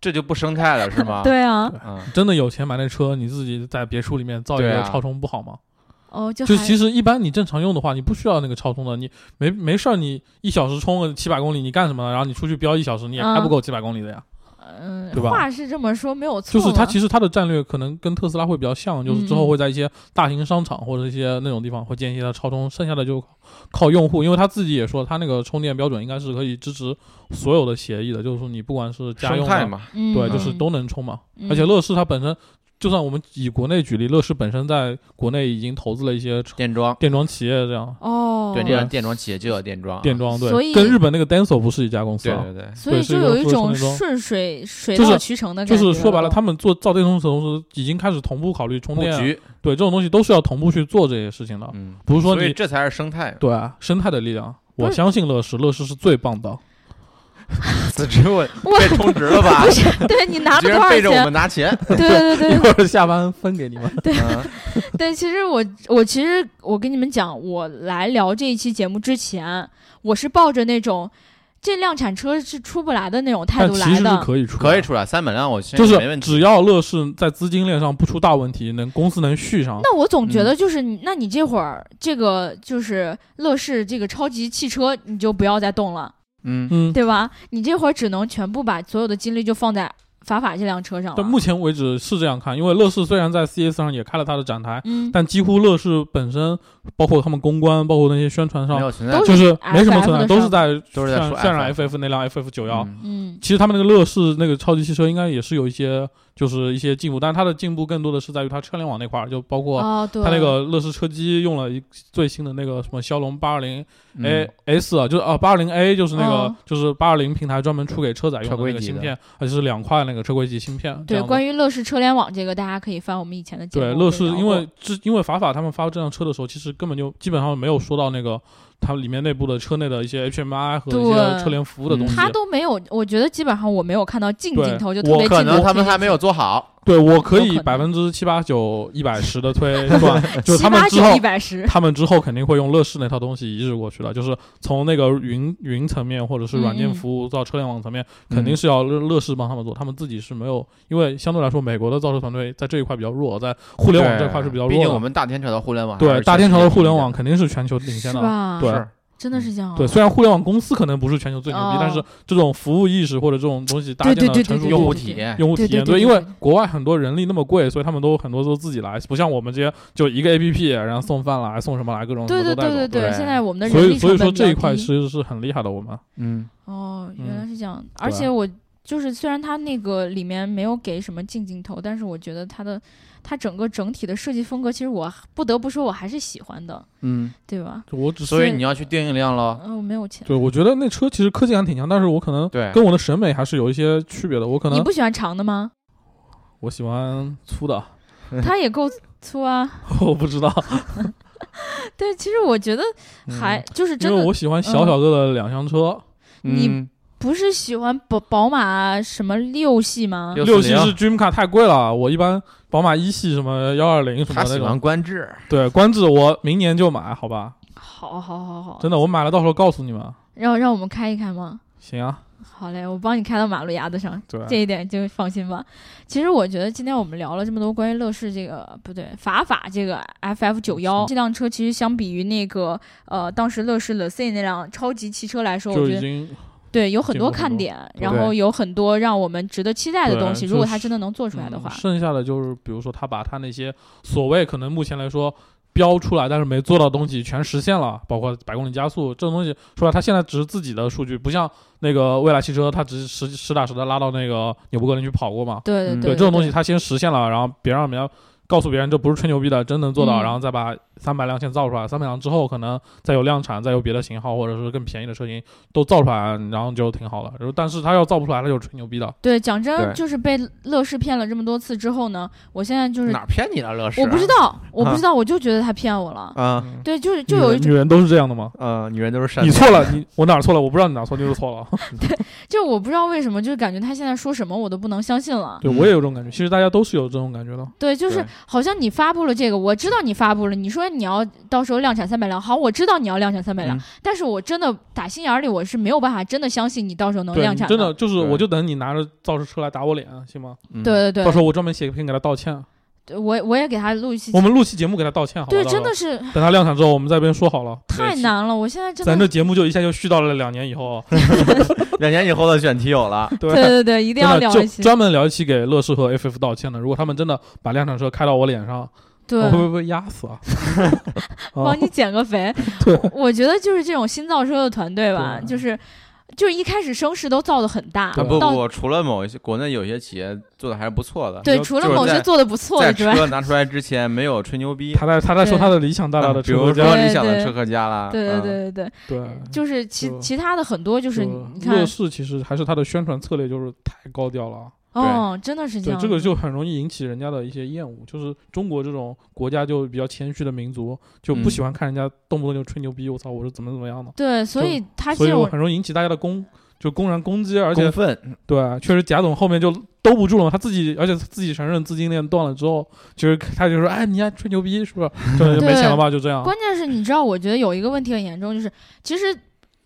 [SPEAKER 4] 这就不生态了，是吗？，
[SPEAKER 2] 对啊，
[SPEAKER 4] 嗯，
[SPEAKER 3] 真的有钱买那车，你自己在别墅里面造一
[SPEAKER 4] 对
[SPEAKER 3] 个
[SPEAKER 4] 啊
[SPEAKER 3] 超充不好吗？
[SPEAKER 2] 哦，就
[SPEAKER 3] 就
[SPEAKER 2] 还
[SPEAKER 3] 其实一般你正常用的话，你不需要那个超充的，你没没事儿，你一小时充个七百公里，你干什么呢？然后你出去飙一小时，你也开不够七百公里的呀。
[SPEAKER 2] 嗯、
[SPEAKER 3] 对吧
[SPEAKER 2] 话是这么说没有错嗯
[SPEAKER 3] 就
[SPEAKER 2] 嘛，
[SPEAKER 3] 是它其实它的战略可能跟特斯拉会比较像，就是之后会在一些大型商场或者一些那种地方会建一些超充，剩下的就靠用户，因为他自己也说他那个充电标准应该是可以支持所有的协议的，就是说你不管是家
[SPEAKER 4] 生
[SPEAKER 3] 用
[SPEAKER 4] 态
[SPEAKER 3] 的，
[SPEAKER 4] 嘛，
[SPEAKER 2] 嗯
[SPEAKER 3] 对，就是
[SPEAKER 2] 嗯
[SPEAKER 3] 都能充嘛。
[SPEAKER 2] 嗯
[SPEAKER 3] 而且乐视它本身，就算我们以国内举例，乐视本身在国内已经投资了一些车
[SPEAKER 4] 电桩，
[SPEAKER 3] 电桩企业，这样
[SPEAKER 2] 哦，
[SPEAKER 4] 对，这样电桩企业就叫电桩啊，
[SPEAKER 3] 电桩
[SPEAKER 2] 所以
[SPEAKER 3] 对，跟日本那个 Denso 不是一家公司
[SPEAKER 4] 对
[SPEAKER 3] 啊。
[SPEAKER 4] 对对，
[SPEAKER 2] 所以
[SPEAKER 3] 对是
[SPEAKER 2] 就
[SPEAKER 3] 一个
[SPEAKER 2] 有一
[SPEAKER 3] 说
[SPEAKER 2] 种
[SPEAKER 3] 充电桩
[SPEAKER 2] 顺水水
[SPEAKER 3] 就是
[SPEAKER 2] 到渠成的
[SPEAKER 3] 就
[SPEAKER 2] 感觉。
[SPEAKER 3] 是说白了，他们做造电动车的同时，已经开始同步考虑充
[SPEAKER 4] 布
[SPEAKER 3] 电啊，
[SPEAKER 4] 局，
[SPEAKER 3] 对这种东西都是要同步去做这些事情的，
[SPEAKER 4] 嗯，
[SPEAKER 3] 不是说
[SPEAKER 4] 所以
[SPEAKER 3] 你，
[SPEAKER 4] 这才是生态
[SPEAKER 3] 对啊生态的力量。
[SPEAKER 2] 不
[SPEAKER 3] 我
[SPEAKER 2] 是
[SPEAKER 3] 相信乐视，乐视是最棒的。
[SPEAKER 4] 此时我
[SPEAKER 2] 我
[SPEAKER 4] 被充值了吧
[SPEAKER 2] 不？是，对你拿了
[SPEAKER 4] 居
[SPEAKER 2] 多
[SPEAKER 4] 然
[SPEAKER 2] 少
[SPEAKER 4] 背着我
[SPEAKER 2] 钱？
[SPEAKER 4] 们 拿钱，
[SPEAKER 2] 对对对对
[SPEAKER 3] 一会儿下班分给你们。
[SPEAKER 4] 嗯
[SPEAKER 2] 对，其实我我其实我跟你们讲，我来聊这一期节目之前，我是抱着那种这量产车是出不来的那种态
[SPEAKER 3] 但
[SPEAKER 2] 度
[SPEAKER 3] 其
[SPEAKER 2] 来
[SPEAKER 3] 实是
[SPEAKER 2] 的。
[SPEAKER 3] 可以出的，
[SPEAKER 4] 可以出来三百辆，我现
[SPEAKER 3] 就
[SPEAKER 4] 在没
[SPEAKER 3] 是
[SPEAKER 4] 问题，
[SPEAKER 3] 只要乐视在资金链上不出大问题，能公司能续上。
[SPEAKER 2] 那我总觉
[SPEAKER 3] 嗯
[SPEAKER 2] 得就是你，那你这会儿这个就是乐视这个超级汽车，你就不要再动了，
[SPEAKER 4] 嗯，
[SPEAKER 3] 嗯，
[SPEAKER 2] 对吧？你这会儿只能全部把所有的精力就放在法法这辆车上
[SPEAKER 3] 但
[SPEAKER 2] 了。
[SPEAKER 3] 目前为止是这样看，因为乐视虽然在 CS 上也开了它的展台，
[SPEAKER 2] 嗯，
[SPEAKER 3] 但几乎乐视本身，包括他们公关，包括那些宣传
[SPEAKER 4] 没
[SPEAKER 3] 上，
[SPEAKER 4] 有存在
[SPEAKER 2] 都
[SPEAKER 3] 就是没什么存在，
[SPEAKER 2] FF 的
[SPEAKER 3] 都是在
[SPEAKER 4] 都是在
[SPEAKER 3] 渲
[SPEAKER 4] 说
[SPEAKER 3] 渲染
[SPEAKER 4] FF
[SPEAKER 3] FF 那辆 FF 九幺。
[SPEAKER 4] 嗯
[SPEAKER 2] 嗯，
[SPEAKER 3] 其实他们那个乐视那个超级汽车应该也是有一些，就是一些进步，但是它的进步更多的是在于它车联网那块儿，就包括
[SPEAKER 2] 哦，对，
[SPEAKER 3] 它那个乐视车机用了一最新的那个什么骁龙八二零
[SPEAKER 4] 嗯
[SPEAKER 3] A S 啊，就是啊八二零 A 就是那个
[SPEAKER 2] 嗯
[SPEAKER 3] 就是八二零平台专门出给车载用的那
[SPEAKER 4] 车
[SPEAKER 3] 个
[SPEAKER 4] 规级的
[SPEAKER 3] 芯片，而且是两块那个车规级芯片。这
[SPEAKER 2] 对，
[SPEAKER 3] 样的
[SPEAKER 2] 关于乐视车联网这个，大家可以翻我们以前的节目。
[SPEAKER 3] 对，乐视因为之因为法法他们发这辆车的时候，其实根本就基本上没有说到那个它里面内部的车内的一些 HMI 和一
[SPEAKER 2] 对嗯
[SPEAKER 3] 些车联服务的东西。
[SPEAKER 2] 他都没有，我觉得基本上我没有看到近
[SPEAKER 3] 嗯对
[SPEAKER 2] 镜头，就特
[SPEAKER 3] 我
[SPEAKER 2] 别近
[SPEAKER 4] 可
[SPEAKER 2] 的
[SPEAKER 4] 能
[SPEAKER 2] 我
[SPEAKER 4] 他们
[SPEAKER 2] 可以
[SPEAKER 4] 还没有做好，
[SPEAKER 3] 对我可
[SPEAKER 2] 有
[SPEAKER 3] 以
[SPEAKER 2] 可
[SPEAKER 3] 百
[SPEAKER 2] 能
[SPEAKER 3] 分之七八九、一百十的 推断，就是
[SPEAKER 2] 七
[SPEAKER 3] 他们
[SPEAKER 2] 八
[SPEAKER 3] 之
[SPEAKER 2] 九
[SPEAKER 3] 后
[SPEAKER 2] 一。百十，
[SPEAKER 3] 他们之后肯定会用乐视那套东西移植过去的，就是从那个云云层面或者是软
[SPEAKER 2] 嗯嗯
[SPEAKER 3] 件服务到车联网层面，
[SPEAKER 4] 嗯
[SPEAKER 3] 肯定是要乐乐视帮他们做，他们自己是没有，因为相对来说美国的造车团队在这一块比较弱，在互联网这块是比较弱的。
[SPEAKER 4] 毕竟我们大天朝的互联网还是
[SPEAKER 3] 对
[SPEAKER 4] 全
[SPEAKER 3] 大天朝的互联网
[SPEAKER 4] 世
[SPEAKER 3] 肯定是全球领先
[SPEAKER 2] 是
[SPEAKER 3] 的，
[SPEAKER 2] 吧？
[SPEAKER 3] 对
[SPEAKER 4] 是
[SPEAKER 2] 真的是这样啊。
[SPEAKER 3] 对，虽然互联网公司可能不是全球最牛逼，
[SPEAKER 2] 哦
[SPEAKER 3] 但是这种服务意识或者这种东西搭建
[SPEAKER 2] 对对对对
[SPEAKER 3] 的成
[SPEAKER 4] 界
[SPEAKER 3] 熟
[SPEAKER 2] 对
[SPEAKER 4] 用户
[SPEAKER 3] 度、
[SPEAKER 4] 体验，
[SPEAKER 3] 用户体
[SPEAKER 2] 对对
[SPEAKER 3] 验，
[SPEAKER 2] 对
[SPEAKER 3] 对，因
[SPEAKER 2] 对
[SPEAKER 3] 为国外很多人力那么贵，所以他们都很多都自己来，不像我们这些就一个 APP，然后送饭来、送什么来，各种什
[SPEAKER 2] 对
[SPEAKER 3] 么
[SPEAKER 2] 对
[SPEAKER 3] 都带
[SPEAKER 2] 对
[SPEAKER 3] 走
[SPEAKER 2] 对。对，
[SPEAKER 4] 对
[SPEAKER 2] 现在我们的
[SPEAKER 3] 所
[SPEAKER 2] 人
[SPEAKER 3] 以
[SPEAKER 2] 力
[SPEAKER 3] 所以
[SPEAKER 2] 成
[SPEAKER 3] 说
[SPEAKER 2] 本比较
[SPEAKER 3] 这一块
[SPEAKER 2] 低
[SPEAKER 3] 其实是很厉害的，我们
[SPEAKER 4] 嗯，
[SPEAKER 2] 哦，
[SPEAKER 3] 嗯啊
[SPEAKER 2] 原来是这样。而且我就是虽然它那个里面没有给什么近镜头，但是我觉得它的它整个整体的设计风格，其实我不得不说我还是喜欢的，
[SPEAKER 4] 嗯，
[SPEAKER 2] 对吧？
[SPEAKER 3] 我只是
[SPEAKER 4] 所以你要去定一辆喽，
[SPEAKER 2] 嗯，我没有钱，
[SPEAKER 3] 对我觉得那车其实科技感挺强，但是我可能
[SPEAKER 4] 对
[SPEAKER 3] 跟我的审美还是有一些区别的，我可
[SPEAKER 2] 你
[SPEAKER 3] 能
[SPEAKER 2] 不喜欢长的 吗？
[SPEAKER 3] 我喜欢粗的，
[SPEAKER 2] 它也够粗啊。
[SPEAKER 3] 我不知道，
[SPEAKER 2] 对，其实我觉得
[SPEAKER 3] 嗯
[SPEAKER 2] 还就是
[SPEAKER 3] 因
[SPEAKER 2] 真
[SPEAKER 3] 为
[SPEAKER 2] 的嗯
[SPEAKER 3] 我喜欢小小个的两厢车，
[SPEAKER 2] 你
[SPEAKER 4] 嗯
[SPEAKER 2] 不是喜欢宝宝马什么六系吗？
[SPEAKER 4] 六
[SPEAKER 3] 六系
[SPEAKER 4] 40
[SPEAKER 3] 是 Dream Car 太贵了，我一般宝马一系什么幺二零什么
[SPEAKER 4] 他
[SPEAKER 3] 那
[SPEAKER 4] 喜欢
[SPEAKER 3] 种，
[SPEAKER 4] 观致，
[SPEAKER 3] 对，观致我明年就买，好吧？
[SPEAKER 2] 好好好好，
[SPEAKER 3] 真的，我买了到时候告诉你们。
[SPEAKER 2] 让让我们开一开吗？
[SPEAKER 3] 行啊，
[SPEAKER 2] 好嘞，我帮你开到马路牙子上，
[SPEAKER 3] 对，
[SPEAKER 2] 这一点就放心吧。其实我觉得今天我们聊了这么多关于乐视这个不对法法这个 FF 九幺这辆车，其实相比于那个呃当时乐视 l e C 那辆超级汽车来说，
[SPEAKER 3] 就
[SPEAKER 2] 我觉
[SPEAKER 3] 已
[SPEAKER 2] 得
[SPEAKER 3] 经
[SPEAKER 2] 对有很
[SPEAKER 3] 进
[SPEAKER 2] 多
[SPEAKER 3] 步很
[SPEAKER 2] 看
[SPEAKER 3] 多
[SPEAKER 2] 点，
[SPEAKER 4] 对
[SPEAKER 2] 然后有很多让我们值得期待的
[SPEAKER 3] 对
[SPEAKER 2] 东西。
[SPEAKER 3] 就
[SPEAKER 2] 如果它
[SPEAKER 3] 是
[SPEAKER 2] 真的能做出来的
[SPEAKER 3] 嗯
[SPEAKER 2] 话，
[SPEAKER 3] 剩下的就是比如说他把他那些所谓可能目前来说标出来但是没做到的东西全实现了，包括百公里加速这种东西出来，他现在只是自己的数据，不像那个蔚来汽车，他只是实实打实的拉到那个纽博格林去跑过嘛。
[SPEAKER 2] 对对
[SPEAKER 4] 嗯
[SPEAKER 3] 对
[SPEAKER 2] 对，
[SPEAKER 3] 这种东西，他先实现了，然后别让别人告诉别人这不是吹牛逼的，真能做到，
[SPEAKER 2] 嗯
[SPEAKER 3] 然后再把三百辆先造出来，三百辆之后可能再有量产，再有别的型号或者是更便宜的车型都造出来，然后就挺好了。然后但是他要造不出来，他就是吹牛逼的。
[SPEAKER 2] 对，讲真，
[SPEAKER 4] 对
[SPEAKER 2] 就是被乐视骗了这么多次之后呢，我现在就是
[SPEAKER 4] 哪儿骗你了乐视？
[SPEAKER 2] 嗯我不
[SPEAKER 3] 啊
[SPEAKER 2] 知道，我不知道，我就觉得他骗我了。
[SPEAKER 4] 啊，
[SPEAKER 3] 嗯
[SPEAKER 2] 对， 就是就有一
[SPEAKER 3] 女人
[SPEAKER 2] 种，
[SPEAKER 3] 女人都是这样的吗？
[SPEAKER 4] 呃，女人都是善
[SPEAKER 3] 你
[SPEAKER 4] 良
[SPEAKER 3] 错了，你我哪儿错了？我不知道你哪儿错，就是错 了。
[SPEAKER 2] 就我不知道为什么，就是感觉他现在说什么我都不能相信了。
[SPEAKER 3] 对我也有这种感觉，其实大家都是有这种感觉的。
[SPEAKER 2] 对，就是
[SPEAKER 4] 对
[SPEAKER 2] 好像你发布了这个，我知道你发布了，你说你要到时候量产三百辆，好，我知道你要量产三百辆，
[SPEAKER 3] 嗯
[SPEAKER 2] 但是我真的打心眼儿里我是没有办法真的相信你到时候能
[SPEAKER 3] 对，
[SPEAKER 2] 嗯量
[SPEAKER 3] 你
[SPEAKER 2] 产
[SPEAKER 3] 真的就是，
[SPEAKER 4] 对
[SPEAKER 3] 我就等你拿着造车车来打我脸，行吗？
[SPEAKER 4] 嗯
[SPEAKER 2] 对对
[SPEAKER 3] 到
[SPEAKER 2] 对
[SPEAKER 3] 时候我专门写个篇给他道歉，
[SPEAKER 2] 对，我我也给他录一期节
[SPEAKER 3] 我
[SPEAKER 2] 目，
[SPEAKER 3] 们录期节目给他道歉，好吧？
[SPEAKER 2] 对，
[SPEAKER 3] 到时
[SPEAKER 2] 真
[SPEAKER 3] 候
[SPEAKER 2] 的是
[SPEAKER 3] 等他量产之后，我们在这边说好了。
[SPEAKER 2] 太
[SPEAKER 3] 对。
[SPEAKER 2] 难了，我现在真
[SPEAKER 3] 咱
[SPEAKER 2] 的
[SPEAKER 3] 这，节目就一下就续到了两年以后，啊
[SPEAKER 4] 两年以后的选题有了，
[SPEAKER 3] 对
[SPEAKER 2] 对对对，一定要
[SPEAKER 3] 真的
[SPEAKER 2] 聊
[SPEAKER 3] 就
[SPEAKER 2] 一期，
[SPEAKER 3] 专门聊一期给乐视和 FF 道歉的。如果他们真的把量产车开到我脸上，
[SPEAKER 2] 对
[SPEAKER 3] 我，会不会被压 死啊？啊
[SPEAKER 2] 帮你减个肥。
[SPEAKER 3] 对
[SPEAKER 2] 我我觉得就是这种新造车的团队吧，
[SPEAKER 3] 对
[SPEAKER 2] 就是就是一开始声势都造的很大，
[SPEAKER 4] 啊
[SPEAKER 3] 对
[SPEAKER 4] 不
[SPEAKER 2] 到
[SPEAKER 4] 不，除了某一些国内有些企业做的还是不错的，
[SPEAKER 2] 对，
[SPEAKER 3] 就
[SPEAKER 2] 除了
[SPEAKER 4] 就是
[SPEAKER 2] 某些
[SPEAKER 4] 在
[SPEAKER 2] 做的不错
[SPEAKER 4] 在
[SPEAKER 2] 的之外，
[SPEAKER 4] 车拿出来之前没有吹牛逼，
[SPEAKER 3] 他在他在说
[SPEAKER 2] 对
[SPEAKER 3] 他的理想带来的
[SPEAKER 4] 啊比
[SPEAKER 3] 车，
[SPEAKER 4] 如
[SPEAKER 3] 对
[SPEAKER 4] 说
[SPEAKER 2] 对
[SPEAKER 4] 理想的
[SPEAKER 2] 对
[SPEAKER 4] 车客家啦，
[SPEAKER 2] 对对
[SPEAKER 4] 嗯，
[SPEAKER 2] 对对对，
[SPEAKER 3] 对，
[SPEAKER 2] 就是其
[SPEAKER 3] 就
[SPEAKER 2] 其他的很多就是
[SPEAKER 3] 就
[SPEAKER 2] 你
[SPEAKER 3] 乐
[SPEAKER 2] 看，
[SPEAKER 3] 视其实还是它的宣传策略就是太高调了，啊
[SPEAKER 2] 哦，真的是这
[SPEAKER 3] 对
[SPEAKER 2] 样，
[SPEAKER 3] 这个就很容易引起人家的一些厌恶。就是中国这种国家就比较谦虚的民族，就不
[SPEAKER 4] 嗯
[SPEAKER 3] 喜欢看人家动不动就吹牛逼，我操，我是怎么怎么样的，
[SPEAKER 2] 对，所以他
[SPEAKER 3] 所
[SPEAKER 2] 这
[SPEAKER 3] 以我
[SPEAKER 2] 种
[SPEAKER 3] 很容易引起大家的攻，就公然攻击，而
[SPEAKER 4] 公
[SPEAKER 3] 且
[SPEAKER 4] 愤，
[SPEAKER 3] 对，啊确实贾总后面就兜不住了嘛，他自己而且他自己承认资金链断了之后，其实他就说，哎，你还吹牛逼是不是？就就没钱了吧？就这样，
[SPEAKER 2] 关键是你知道，我觉得有一个问题很严重，就是其实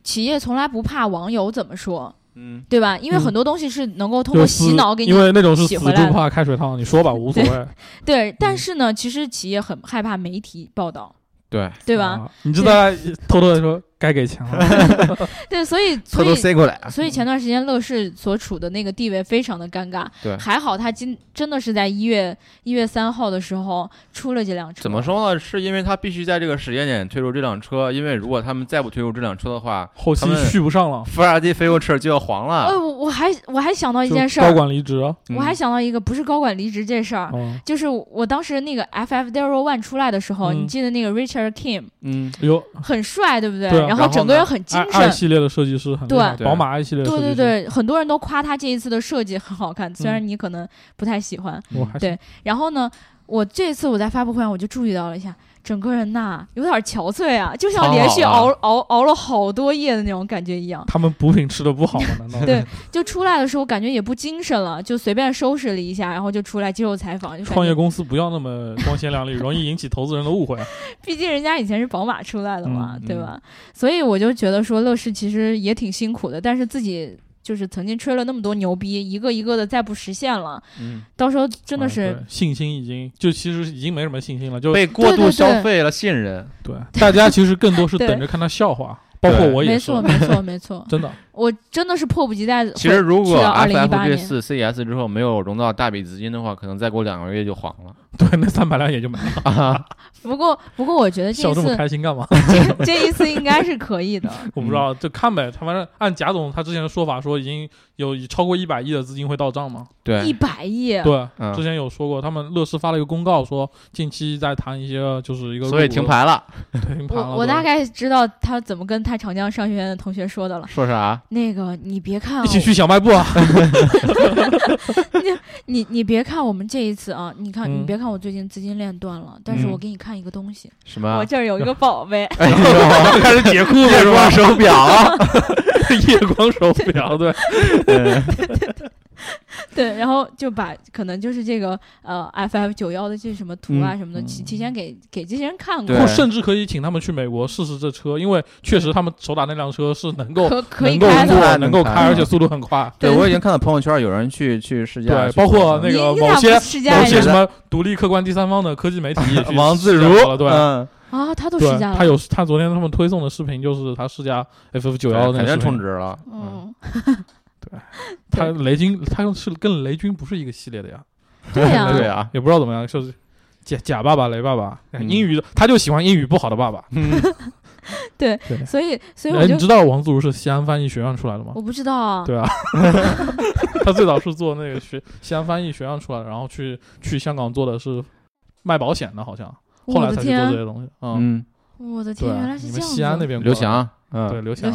[SPEAKER 2] 企业从来不怕网友怎么说，
[SPEAKER 4] 嗯，
[SPEAKER 2] 对吧？因为
[SPEAKER 3] 嗯
[SPEAKER 2] 很多东西是能够通
[SPEAKER 3] 就
[SPEAKER 2] 过
[SPEAKER 3] 是
[SPEAKER 2] 洗脑给你
[SPEAKER 3] 因为那种是
[SPEAKER 2] 洗
[SPEAKER 3] 死
[SPEAKER 2] 回来
[SPEAKER 3] 猪
[SPEAKER 2] 了
[SPEAKER 3] 不怕开水烫，你说吧，无所谓，
[SPEAKER 2] 对，
[SPEAKER 3] 嗯
[SPEAKER 2] 但是呢，其实企业很害怕媒体报道，
[SPEAKER 4] 对，
[SPEAKER 2] 对吧？
[SPEAKER 3] 啊？你知道大家偷偷的说该给钱了。
[SPEAKER 2] 对，所以
[SPEAKER 4] 偷
[SPEAKER 2] 所
[SPEAKER 4] 偷
[SPEAKER 2] 以
[SPEAKER 4] 塞过来，
[SPEAKER 3] 啊
[SPEAKER 2] 所以前段时间乐视所处的那个地位非常的尴
[SPEAKER 3] 嗯
[SPEAKER 2] 尬。
[SPEAKER 4] 对
[SPEAKER 2] 还好他今真的是在一月一月三号的时候出了这辆车。
[SPEAKER 4] 怎么？说呢？是因为他必须在这个时间点推出这辆车，因为如果他们再不推出这辆车的话，
[SPEAKER 3] 后期
[SPEAKER 4] 他们
[SPEAKER 3] 续不上了，
[SPEAKER 4] 法拉第飞欧车就要黄
[SPEAKER 2] 呃，
[SPEAKER 4] 了。
[SPEAKER 2] 我我还我还想到一
[SPEAKER 3] 啊就
[SPEAKER 2] 件事
[SPEAKER 3] 高
[SPEAKER 2] 儿，啊
[SPEAKER 3] 管离职啊，
[SPEAKER 4] 嗯
[SPEAKER 2] 我还想到一个不是高管离职这事儿，
[SPEAKER 3] 嗯，
[SPEAKER 2] 就是我当时那个 FF Zero One 出来的时候，
[SPEAKER 3] 嗯
[SPEAKER 2] 你记得那个 Richard Kim
[SPEAKER 4] 嗯，
[SPEAKER 3] 有
[SPEAKER 2] 很帅，对不对？
[SPEAKER 3] 对啊
[SPEAKER 2] 然
[SPEAKER 4] 然
[SPEAKER 2] 后
[SPEAKER 4] 后
[SPEAKER 2] 整个
[SPEAKER 4] 呢
[SPEAKER 2] 人很精
[SPEAKER 3] i
[SPEAKER 2] 神
[SPEAKER 3] i。系列的设计师很厉害
[SPEAKER 4] 对
[SPEAKER 3] 宝马 i 系列的设
[SPEAKER 2] 对
[SPEAKER 3] 计师
[SPEAKER 2] 对，对，很多人都夸他这一次的设计很好看，虽然
[SPEAKER 3] 嗯
[SPEAKER 2] 你可能不太喜欢。
[SPEAKER 3] 我还
[SPEAKER 2] 对然后呢，我这次我在发布会上我就注意到了一下，整个人呐有点憔悴啊，就像连续
[SPEAKER 4] 苍老
[SPEAKER 2] 熬
[SPEAKER 4] 了
[SPEAKER 2] 熬熬了好多夜的那种感觉一样。
[SPEAKER 3] 他们补品吃的不好吗？难道
[SPEAKER 2] 对，就出来的时候感觉也不精神了，就随便收拾了一下，然后就出来接受采访。就感
[SPEAKER 3] 创业
[SPEAKER 2] 觉，
[SPEAKER 3] 公司不要那么光鲜亮丽，容易引起投资人的误会。啊
[SPEAKER 2] 毕竟人家以前是宝马出来的嘛，
[SPEAKER 3] 嗯
[SPEAKER 2] 对
[SPEAKER 4] 嗯
[SPEAKER 2] 吧？所以我就觉得说，乐视其实也挺辛苦的，但是自己。就是曾经吹了那么多牛逼，一个一个的再不实现了，
[SPEAKER 4] 嗯，
[SPEAKER 2] 到时候真的
[SPEAKER 3] 嗯
[SPEAKER 2] 是、
[SPEAKER 3] 对信心已经就其实已经没什么信心了，就
[SPEAKER 4] 被过
[SPEAKER 2] 对对
[SPEAKER 4] 度
[SPEAKER 2] 对
[SPEAKER 4] 消费了信任，
[SPEAKER 3] 对大家其实更 多是
[SPEAKER 2] 对
[SPEAKER 3] 等着看他笑话，包括
[SPEAKER 4] 对
[SPEAKER 3] 我也
[SPEAKER 2] 没
[SPEAKER 3] 是
[SPEAKER 2] 错，没错没错，
[SPEAKER 3] 真的
[SPEAKER 2] 我真的是迫不及 待。
[SPEAKER 4] 其实如果
[SPEAKER 2] 去到2018
[SPEAKER 4] FF 这
[SPEAKER 2] 年
[SPEAKER 4] 次 CES 之后没有融到大笔资金的话，可能再过两个月就黄了。
[SPEAKER 3] 对那三百辆也 就没了，
[SPEAKER 2] 不过，不过我觉得这
[SPEAKER 3] 笑
[SPEAKER 2] 一
[SPEAKER 3] 这么
[SPEAKER 2] 次
[SPEAKER 3] 开心 干嘛？
[SPEAKER 2] 这 这一次应该是可 以的。
[SPEAKER 3] 我不知道，就看呗。他反正按贾总他之前的说法说，已经有超过一百亿的资金会到账嘛。
[SPEAKER 2] 一
[SPEAKER 4] 对，
[SPEAKER 2] 百亿，
[SPEAKER 3] 对，
[SPEAKER 4] 嗯
[SPEAKER 3] 之前有说过，他们乐视发了一个公告说，近期在谈一些就是一个
[SPEAKER 4] 所以
[SPEAKER 3] 入股
[SPEAKER 4] 停，牌了。
[SPEAKER 3] 对停牌了。
[SPEAKER 2] 我我
[SPEAKER 3] 对
[SPEAKER 2] 大概知道他怎么跟他长江商学院的同学说的了。
[SPEAKER 4] 说啥？
[SPEAKER 2] 那个，你别看哦
[SPEAKER 3] 一起
[SPEAKER 2] 我
[SPEAKER 3] 去小卖 部啊，
[SPEAKER 2] 你你别看我们这一次啊，你看、
[SPEAKER 3] 嗯
[SPEAKER 2] 你别看我最近资金链断了，但是
[SPEAKER 3] 嗯啊
[SPEAKER 2] 我给你看一个东西，
[SPEAKER 4] 什 么
[SPEAKER 2] 我？这儿有一个宝贝，
[SPEAKER 4] 哎呦，
[SPEAKER 3] 开始解裤
[SPEAKER 4] 月
[SPEAKER 3] 了是吧
[SPEAKER 4] 光？手表，
[SPEAKER 3] 夜光手表，对，
[SPEAKER 2] 对，然后就把可能就是这个呃 FF 九幺的这什么图
[SPEAKER 3] 嗯
[SPEAKER 2] 啊什么的，提提前给给这些人看过
[SPEAKER 4] 对，
[SPEAKER 3] 或甚至可以请他们去美国试试这车，因为确实他们手打那辆车是能够
[SPEAKER 2] 可可以
[SPEAKER 3] 能够
[SPEAKER 2] 开的。
[SPEAKER 3] 坐、
[SPEAKER 4] 的
[SPEAKER 3] 能够
[SPEAKER 4] 能
[SPEAKER 3] 开，
[SPEAKER 4] 开嗯
[SPEAKER 3] 而且速度很快。
[SPEAKER 4] 对
[SPEAKER 2] 对
[SPEAKER 4] 我已经看到朋友圈有人去去试驾
[SPEAKER 3] 对
[SPEAKER 4] 去做，
[SPEAKER 3] 包括那
[SPEAKER 2] 你
[SPEAKER 3] 个
[SPEAKER 2] 你
[SPEAKER 3] 某
[SPEAKER 2] 俩
[SPEAKER 3] 些
[SPEAKER 2] 不是试驾
[SPEAKER 3] 有
[SPEAKER 2] 一
[SPEAKER 3] 些
[SPEAKER 2] 下
[SPEAKER 3] 什么独立客观第三方的科技媒体也去
[SPEAKER 4] 王自如
[SPEAKER 3] 试驾了，对。
[SPEAKER 4] 嗯，
[SPEAKER 2] 啊，他都试
[SPEAKER 3] 对
[SPEAKER 2] 驾了。
[SPEAKER 3] 他有他昨天他们推送的视频，就是他试驾 FF 九幺那
[SPEAKER 4] 肯
[SPEAKER 3] 个视
[SPEAKER 4] 定充
[SPEAKER 3] 频。
[SPEAKER 4] 值了，嗯，
[SPEAKER 2] 嗯，
[SPEAKER 3] 他雷军，他是跟雷军不是一个系列的呀，
[SPEAKER 2] 对呀、
[SPEAKER 4] 对啊，
[SPEAKER 3] 也不知道怎么样，就是假假爸爸雷爸爸，
[SPEAKER 4] 嗯
[SPEAKER 3] 英语他就喜欢英语不好的爸爸。
[SPEAKER 2] 所以所以
[SPEAKER 3] 哎，
[SPEAKER 2] 我
[SPEAKER 3] 你
[SPEAKER 2] 就
[SPEAKER 3] 知道王自如是西安翻译学院出来的吗？
[SPEAKER 2] 我不知道啊，
[SPEAKER 3] 对啊，他最早是做那个学西安翻译学院出来的，然后去去香港做的是卖保险的，好像后
[SPEAKER 2] 我
[SPEAKER 3] 来
[SPEAKER 2] 的
[SPEAKER 3] 才去做这
[SPEAKER 2] 天，
[SPEAKER 3] 些东西。嗯，
[SPEAKER 4] 嗯，
[SPEAKER 2] 我的
[SPEAKER 3] 对
[SPEAKER 2] 天，原
[SPEAKER 3] 啊，
[SPEAKER 2] 来是
[SPEAKER 3] 你
[SPEAKER 2] 这
[SPEAKER 3] 们
[SPEAKER 2] 样
[SPEAKER 3] 西安那
[SPEAKER 2] 子。
[SPEAKER 3] 边
[SPEAKER 4] 刘翔，
[SPEAKER 3] 对
[SPEAKER 4] 嗯，
[SPEAKER 3] 刘
[SPEAKER 2] 刘
[SPEAKER 3] 翔，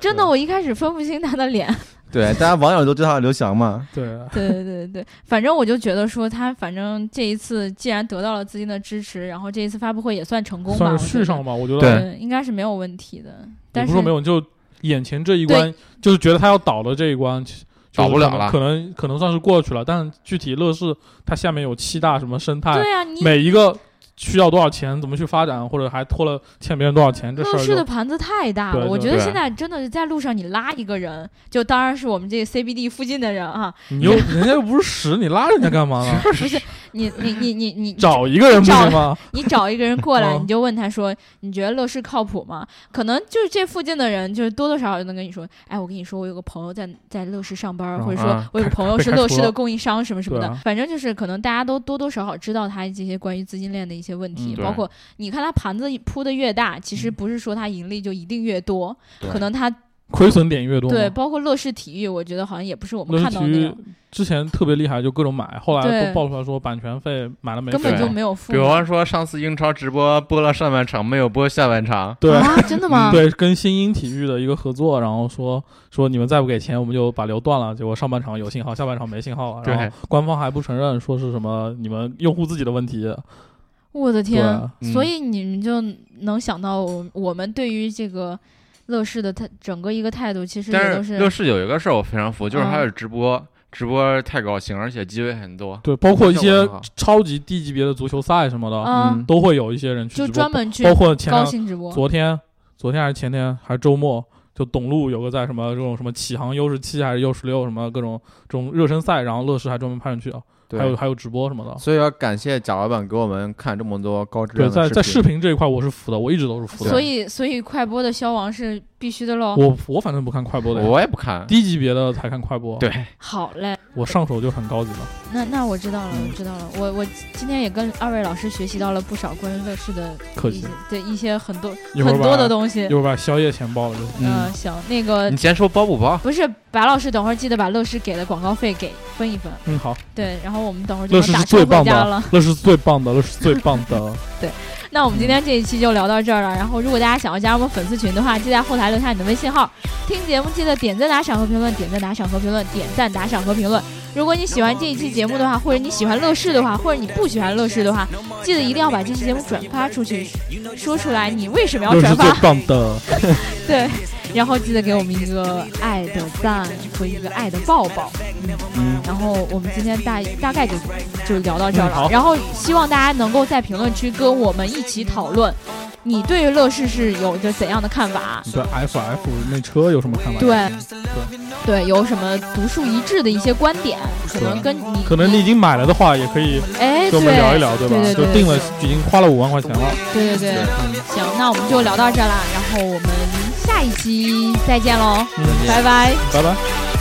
[SPEAKER 2] 真的，我一开始分不清他的脸。
[SPEAKER 4] 对，大家网友都知道刘翔嘛，
[SPEAKER 3] 对 啊，
[SPEAKER 2] 对对对对，反正我就觉得说他，反正这一次既然得到了资金的支持，然后这一次发布会也算成功吧，
[SPEAKER 3] 算
[SPEAKER 2] 我
[SPEAKER 3] 是
[SPEAKER 2] 觉
[SPEAKER 3] 续
[SPEAKER 2] 得
[SPEAKER 3] 上吧，我觉
[SPEAKER 4] 对
[SPEAKER 3] 得
[SPEAKER 2] 嗯，应该是没有问题的。
[SPEAKER 3] 也
[SPEAKER 2] 但
[SPEAKER 3] 不
[SPEAKER 2] 是
[SPEAKER 3] 是说没有，就眼前这一关，就是觉得他要倒的这一关。其就是
[SPEAKER 4] 倒不了
[SPEAKER 3] 可能
[SPEAKER 4] 了
[SPEAKER 3] 可能可能算是过去了，但具体乐视它下面有七大什么生态，
[SPEAKER 2] 对啊，你
[SPEAKER 3] 每一个需要多少钱，怎么去发展，或者还拖了欠别人多少钱，这事
[SPEAKER 2] 乐
[SPEAKER 3] 儿
[SPEAKER 2] 视的
[SPEAKER 3] 就
[SPEAKER 2] 盘子太大了，
[SPEAKER 3] 对
[SPEAKER 2] 我
[SPEAKER 3] 就
[SPEAKER 2] 觉得
[SPEAKER 4] 对
[SPEAKER 2] 现在真的是在路上你拉一个人，就当然是我们这 CBD 附近的人啊，
[SPEAKER 3] 你又人家又不是屎，你拉人家干嘛呢？
[SPEAKER 2] 不是你你你你你
[SPEAKER 3] 找一个人不行吗？
[SPEAKER 2] 你找一个人过来，
[SPEAKER 3] 嗯
[SPEAKER 2] 你就问他说，你觉得乐视靠谱吗？可能就是这附近的人，就是多多少少就能跟你说，哎，我跟你说，我有个朋友在在乐视上班儿，
[SPEAKER 3] 嗯
[SPEAKER 2] 或者说
[SPEAKER 4] 啊
[SPEAKER 2] 我有个朋友
[SPEAKER 3] 被
[SPEAKER 2] 是
[SPEAKER 3] 开
[SPEAKER 2] 乐
[SPEAKER 3] 除
[SPEAKER 2] 视的
[SPEAKER 3] 了
[SPEAKER 2] 供应商什么什么的，
[SPEAKER 3] 对啊
[SPEAKER 2] 反正就是可能大家都多多少少知道他这些关于资金链的一些问题，
[SPEAKER 4] 嗯对
[SPEAKER 2] 包括你看他盘子铺的越大，其
[SPEAKER 3] 嗯
[SPEAKER 2] 实不是说他盈利就一定越多，
[SPEAKER 4] 对
[SPEAKER 2] 可能他
[SPEAKER 3] 亏损点越多嘛。
[SPEAKER 2] 对，包括乐视体育，我觉得好像也不是我
[SPEAKER 3] 乐
[SPEAKER 2] 们
[SPEAKER 3] 视
[SPEAKER 2] 看到
[SPEAKER 3] 体
[SPEAKER 2] 的那
[SPEAKER 3] 育
[SPEAKER 2] 样，
[SPEAKER 3] 之前特别厉害，就各种买，后来
[SPEAKER 2] 对
[SPEAKER 3] 都爆出来说版权费买了没费，
[SPEAKER 2] 根本就
[SPEAKER 4] 对
[SPEAKER 2] 没有付
[SPEAKER 4] 比方说上次英超直播播了上半场，没有播下半场，
[SPEAKER 3] 对。
[SPEAKER 2] 啊，真的吗？
[SPEAKER 3] 对，跟新英体育的一个合作，然后说说你们再不给钱，我们就把流断了。结果上半场有信号，下半场没信号了。然后官方还不承认，说是什么你们用户自己的问题。
[SPEAKER 2] 我的天
[SPEAKER 3] 对！
[SPEAKER 4] 嗯
[SPEAKER 2] 所以你们就能想到我我们对于这个乐视的态整个一个态度，其实也都
[SPEAKER 4] 但
[SPEAKER 2] 是
[SPEAKER 4] 是乐视有一个事儿我非常服，就是它
[SPEAKER 2] 嗯
[SPEAKER 4] 有直播，直播太高兴，而且机会很多。
[SPEAKER 3] 对，包括一
[SPEAKER 4] 这我
[SPEAKER 3] 些
[SPEAKER 4] 很好
[SPEAKER 3] 超级低级别的足球赛什么的，
[SPEAKER 2] 啊，
[SPEAKER 4] 嗯
[SPEAKER 3] 都会有一些人去
[SPEAKER 2] 就
[SPEAKER 3] 直播
[SPEAKER 2] 专门去
[SPEAKER 3] 包括前
[SPEAKER 2] 高
[SPEAKER 3] 两
[SPEAKER 2] 薪直播。
[SPEAKER 3] 昨天，昨天还是前天还是周末，就董路有个在什么这种什么启航 U 十七还是 U 十六什么各种这种热身赛，然后乐视还专门派人去啊，还有
[SPEAKER 4] 对，
[SPEAKER 3] 还有直播什么的。
[SPEAKER 4] 所以要感谢贾老板给我们看这么多高质
[SPEAKER 3] 对，
[SPEAKER 4] 量的
[SPEAKER 3] 在在
[SPEAKER 4] 视
[SPEAKER 3] 视频这一块我是服的，我一直都是服的。
[SPEAKER 2] 所以所以快播的消亡是必须的喽。
[SPEAKER 3] 我我反正不看快播的呀，
[SPEAKER 4] 我也不看。
[SPEAKER 3] 低级别的才看快播。
[SPEAKER 4] 对，
[SPEAKER 2] 好嘞，
[SPEAKER 3] 我上手就很高级了。
[SPEAKER 2] 那那我知道了，我知道了。我我今天也跟二位老师学习到了不少关于乐视的
[SPEAKER 3] 客
[SPEAKER 2] 一
[SPEAKER 3] 气
[SPEAKER 2] 些，对一些很多
[SPEAKER 3] 一会儿
[SPEAKER 2] 很多的
[SPEAKER 3] 把
[SPEAKER 2] 东西
[SPEAKER 3] 一。会儿把宵夜钱包了就。
[SPEAKER 2] 嗯、
[SPEAKER 4] 嗯，
[SPEAKER 2] 行，那个
[SPEAKER 4] 你先说包不包？
[SPEAKER 2] 不是白老师，等会儿记得把乐视给的广告费给分一分。
[SPEAKER 3] 嗯，好，
[SPEAKER 2] 对，然后我们等会儿就
[SPEAKER 3] 乐
[SPEAKER 2] 能
[SPEAKER 3] 视
[SPEAKER 2] 打
[SPEAKER 3] 是
[SPEAKER 2] 车
[SPEAKER 3] 最
[SPEAKER 2] 回
[SPEAKER 3] 棒
[SPEAKER 2] 家了
[SPEAKER 3] 的。，乐啊视是最棒的，乐视是最棒的。
[SPEAKER 2] 那我们今天这一期就聊到这儿了。然后，如果大家想要加入我们粉丝群的话，记得在后台留下你的微信号。听节目记得点赞、打赏和评论，点赞、打赏和评论，点赞、打赏和评论。如果你喜欢这一期节目的话，或者你喜欢乐视的话，或者你不喜欢乐视的话，记得一定要把这期节目转发出去，说出来你为什么要
[SPEAKER 3] 乐
[SPEAKER 2] 转
[SPEAKER 3] 视是最
[SPEAKER 2] 发。
[SPEAKER 3] 棒的。
[SPEAKER 2] 对，然后记得给我们一个爱的赞和一个爱的抱抱。嗯，然后我们今天大大概就就聊到这儿
[SPEAKER 3] 嗯
[SPEAKER 2] 了。
[SPEAKER 3] 好
[SPEAKER 2] 然后希望大家能够在评论区跟我们一起讨论，你对于乐视是有着怎样的看法？
[SPEAKER 3] 你对 FF 那车有什么看法？，
[SPEAKER 2] 对，对，有什么独树一帜的一些观点？可能跟你
[SPEAKER 3] 可能你已经买了的话，也可以
[SPEAKER 2] 哎，对
[SPEAKER 3] 跟我们聊一聊，对吧？
[SPEAKER 2] 对对对
[SPEAKER 3] 就定了，已经花了五万块钱了。
[SPEAKER 2] 对对对，行，那我们就聊到这儿啦。然后我们下一期再见喽，
[SPEAKER 3] 嗯，
[SPEAKER 2] 拜拜。
[SPEAKER 3] 拜拜。
[SPEAKER 1] Thank